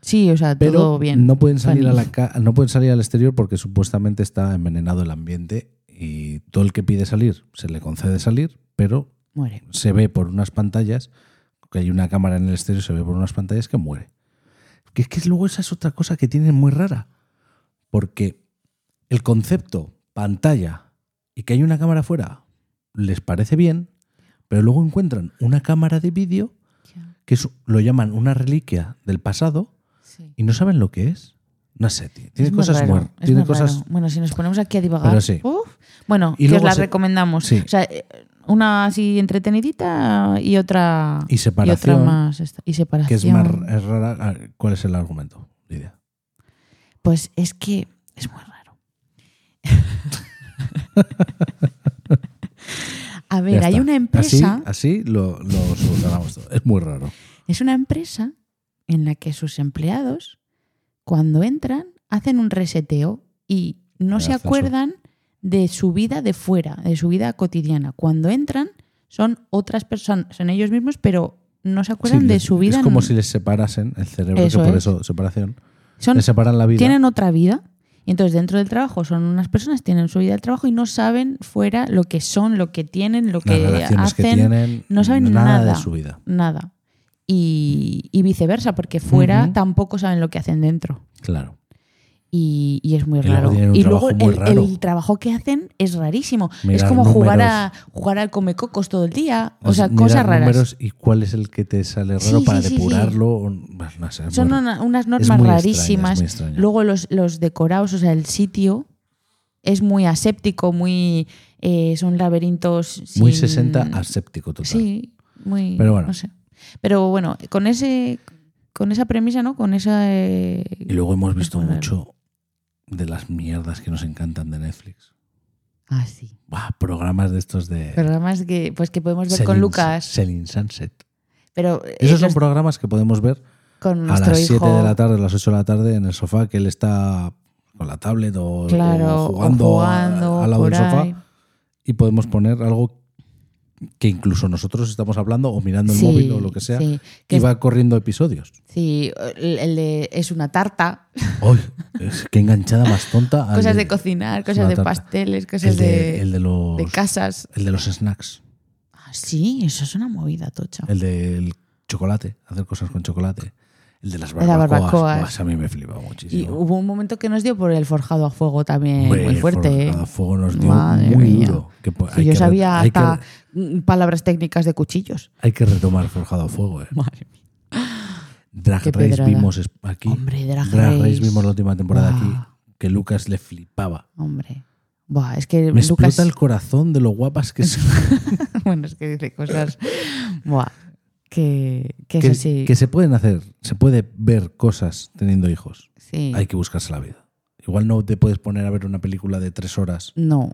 Sí, o sea,
Pero
todo bien.
no pueden salir a
Fanny.
la ca- no pueden salir al exterior porque supuestamente está envenenado el ambiente y todo el que pide salir se le concede salir, pero
Muere.
se ve por unas pantallas, que hay una cámara en el exterior, se ve por unas pantallas que muere. Que es que luego esa es otra cosa que tienen muy rara. Porque el concepto pantalla y que hay una cámara afuera les parece bien, pero luego encuentran una cámara de vídeo
Ya,
que es- lo llaman una reliquia del pasado
sí.
y no saben lo que es. No sé, tío. Tiene
Es muy
cosas
raro,
muertas.
es
Tiene
muy
cosas.
raro. Bueno, si nos ponemos aquí a divagar.
Pero sí.
uf. bueno, que
Y
os
luego
las
se-
recomendamos.
sí.
O sea, eh, una así entretenidita y otra.
Y separación,
otra más. esta- Y separación.
Que es más es rara. Ah, ¿Cuál es el argumento, Lidia?
Pues es que es muy raro. A ver, hay
Ya está. ¿Ah,
una empresa,
Así, así lo, lo solucionamos todo. Es muy raro.
es una empresa en la que sus empleados, cuando entran, hacen un reseteo y no
El
se
ascensor.
acuerdan de su vida de fuera, de su vida cotidiana. Cuando entran, son otras personas, son ellos mismos, pero no se acuerdan
Sí,
de
les-
su vida.
Es como
en-
si les separasen el cerebro,
Eso
que por
es.
eso separación.
son-
les separan la vida.
tienen otra vida. Y entonces dentro del trabajo son unas personas, tienen su vida del trabajo y no saben fuera lo que son, lo que tienen, lo
las
que
relaciones que
hacen,
tienen.
no saben
nada,
nada.
de su vida.
nada. Y, y viceversa, porque fuera
Ujú.
tampoco saben lo que hacen dentro.
Claro.
Y, y es muy
Y luego
raro.
tienen un
y luego
trabajo muy
el,
raro.
el trabajo que hacen es rarísimo. es
Mirar
como jugar a
números.
jugar al comecocos todo el día. O
Es
sea,
mirar
cosas raras.
números y cuál es el que te sale raro
Sí,
para
sí, sí, sí.
depurarlo. o- bueno, no sé, es
Son
muy raro.
una- unas normas
muy extraño, es
rarísimas.
muy extraño.
Luego los, los decorados, o sea, el sitio es muy aséptico, muy eh, son laberintos sin-
Muy 60 aséptico total.
Sí, muy
Pero bueno.
no sé. Pero bueno, con ese con esa premisa, ¿no? Con esa eh,
Y luego hemos visto
muy raro.
mucho de las mierdas que nos encantan de Netflix.
Ah, sí.
Buah, programas de estos de.
Programas que pues que podemos ver
Selling-
con Lucas,
Selling Sunset.
pero eh,
Esos son
los-
programas que podemos ver
con
a
nuestro
las 7
hijo
de la tarde, a las 8 de la tarde en el sofá que él está con la tablet o,
Claro,
o
o
jugando,
jugando,
a- al lado
por
del sofá
ahí.
y podemos poner algo que incluso nosotros estamos hablando o mirando el
Sí,
móvil o lo que sea
sí.
y
Que es-
va corriendo episodios.
Sí, el- el de- es una tarta,
¡Ay! es que enganchada más tonta. al
cosas
de-
de cocinar,
es
cosas
una
de
tarta.
pasteles, cosas
el de,
de,
el de los
de casas.
el de los snacks,
Ah, sí, eso es una movida tocha.
el del chocolate, hacer cosas con chocolate, el de las
de las
barbacoas.
barbacoas.
Buah, esa a mí me flipa
Y uh.
muchísimo.
hubo un momento que nos dio por el forjado a fuego también
Hombre,
muy
el
fuerte. ¿eh?
forjado a fuego nos dio
Madre
muy
mía.
duro. Que po-
Sí,
hay
yo
que re-
sabía
hay que
hasta mm, palabras técnicas de cuchillos.
Hay que retomar Forjado a Fuego. ¿eh?
Madre mía.
Drag
Qué
Race
pedrada.
vimos es- aquí.
Hombre, Drag
Race.
Race.
vimos la última temporada
Guau.
aquí. Que Lucas le flipaba.
Hombre. Buah, es que
Me
Eh, Lucas.
explota el corazón de lo guapas que son.
bueno, es que dice cosas. Buah. Que, que
que,
eso sí.
que se pueden hacer, se puede ver cosas teniendo hijos.
sí.
Hay que buscarse la vida. Igual no te puedes poner a ver una película de tres horas,
No.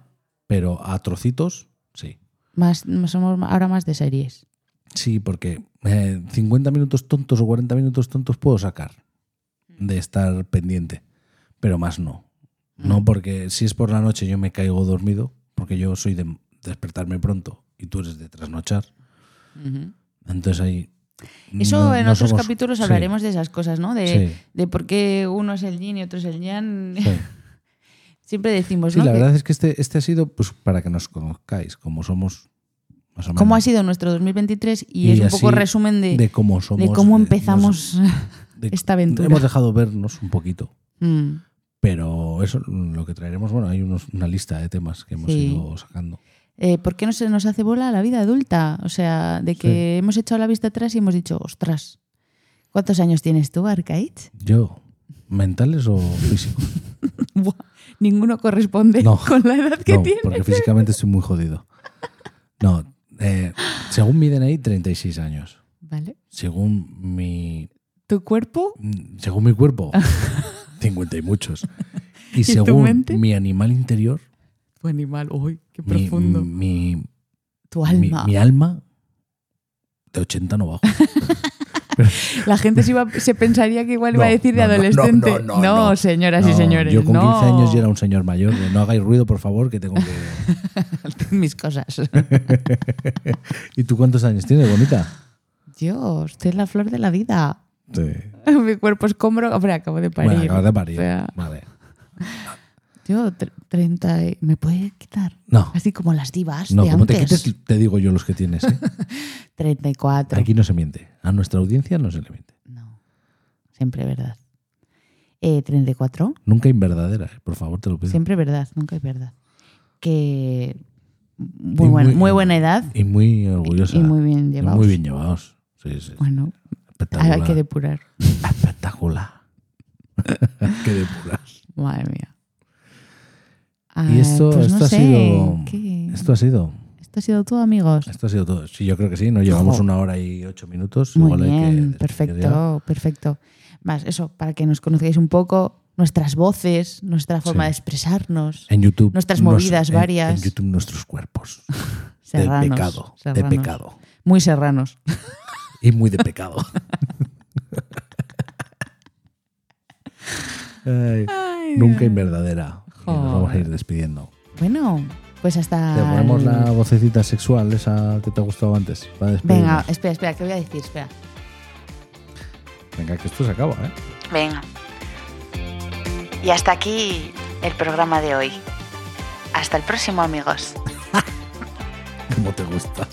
pero a trocitos, sí.
Más, más- somos ahora más de series.
Sí, porque eh, 50 minutos tontos o 40 minutos tontos puedo sacar
Mm.
de estar pendiente, pero más no.
Mm.
No, porque si es por la noche yo me caigo dormido, porque yo soy de despertarme pronto y tú eres de trasnochar. Entonces ahí.
Eso
no-
en
no
otros
somos-
capítulos
sí,
hablaremos de esas cosas, ¿no? De,
Sí.
de por qué uno es el yin y otro es el yang.
sí.
Siempre decimos, pues
Sí,
¿no?
la
Que-
verdad es que este, este ha sido pues para que nos conozcáis, como somos más o menos.
¿Cómo ha sido nuestro 2023? Y,
Y
es un poco
así
resumen de,
de cómo somos,
de cómo
de-
empezamos.
de-
esta aventura?
Hemos dejado vernos un poquito.
Mm.
Pero eso lo que traeremos, bueno, hay unos- una lista de temas que hemos
Sí.
ido sacando.
Eh, ¿Por qué no se nos hace bola la vida adulta? O sea, de que hemos echado la vista atrás y hemos dicho, ostras, ¿cuántos años tienes tú, Arcaich?
¿Yo? ¿Mentales o físicos?
Buah, Ninguno corresponde
No.
con la edad que
no,
tienes.
porque físicamente estoy muy jodido. No, eh, según mi DNI, 36 años.
Vale.
Según mi,
¿Tu cuerpo?
mm, según mi cuerpo, 50 y muchos. Y,
tu
según
mente?
mi animal interior,
Tu animal, uy, qué
mi,
profundo.
mi-
tu
mi-
alma.
mi alma, de 80 no bajo.
La gente se, iba- se pensaría que igual iba a
No,
decir de
no, no, no,
adolescente. No,
no, no, no.
señoras y
No,
señores.
Yo con
no.
15 años ya era un señor mayor. de, No hagáis ruido, por favor, que tengo que...
Mis cosas.
¿Y tú cuántos años tienes, bonita?
Yo estoy en la flor de la vida.
Sí.
Mi cuerpo escombro. Hombre, acabo de parir.
Bueno, acabas de parir.
O sea,
Vale.
yo, tre- 30. y- ¿Me puede quitar?
No.
Así como las divas
No,
de
como te
antes.
quites, te digo yo los que tienes. ¿eh?
34.
Aquí no se miente. A nuestra audiencia no se le miente.
No. Siempre verdad. Eh, 34.
Nunca inverdadera, ¿eh? por favor, te lo pido.
Siempre verdad. Nunca es verdad. Que. Muy,
Y
buena, muy buena edad.
Y muy orgullosa.
Y muy bien
Y
llevados.
muy bien llevados. Sí, sí.
Bueno,
Espectacular.
hay que depurar.
Espectacular. Qué depurar.
Madre mía.
y
Ay,
esto,
pues
esto
no
ha
sé,
sido.
¿qué?
Esto ha sido.
Esto ha sido todo, amigos.
Esto ha sido todo. Sí, yo creo que sí. Nos llevamos
Ojo.
una hora y ocho minutos.
Muy
Pues Igual hay que
bien,
despedir ya.
perfecto, perfecto. Más, eso, para que nos conozcáis un poco, nuestras voces, nuestra forma
Sí.
de expresarnos.
En YouTube.
Nuestras
nos-
movidas
en-
varias.
En YouTube, nuestros cuerpos.
Serranos,
de pecado.
serranos.
De pecado.
Muy serranos.
Y muy de pecado. Ay, nunca inverdadera. Y nos vamos a ir despidiendo.
Bueno, pues hasta.
Te ponemos
el-
la vocecita sexual, esa que te ha gustado antes. para despedirnos.
Venga, espera, espera, ¿qué voy a decir? Espera.
Venga, que esto se acaba, ¿eh?
Venga. Y hasta aquí el programa de hoy. Hasta el próximo, amigos.
Como te gusta.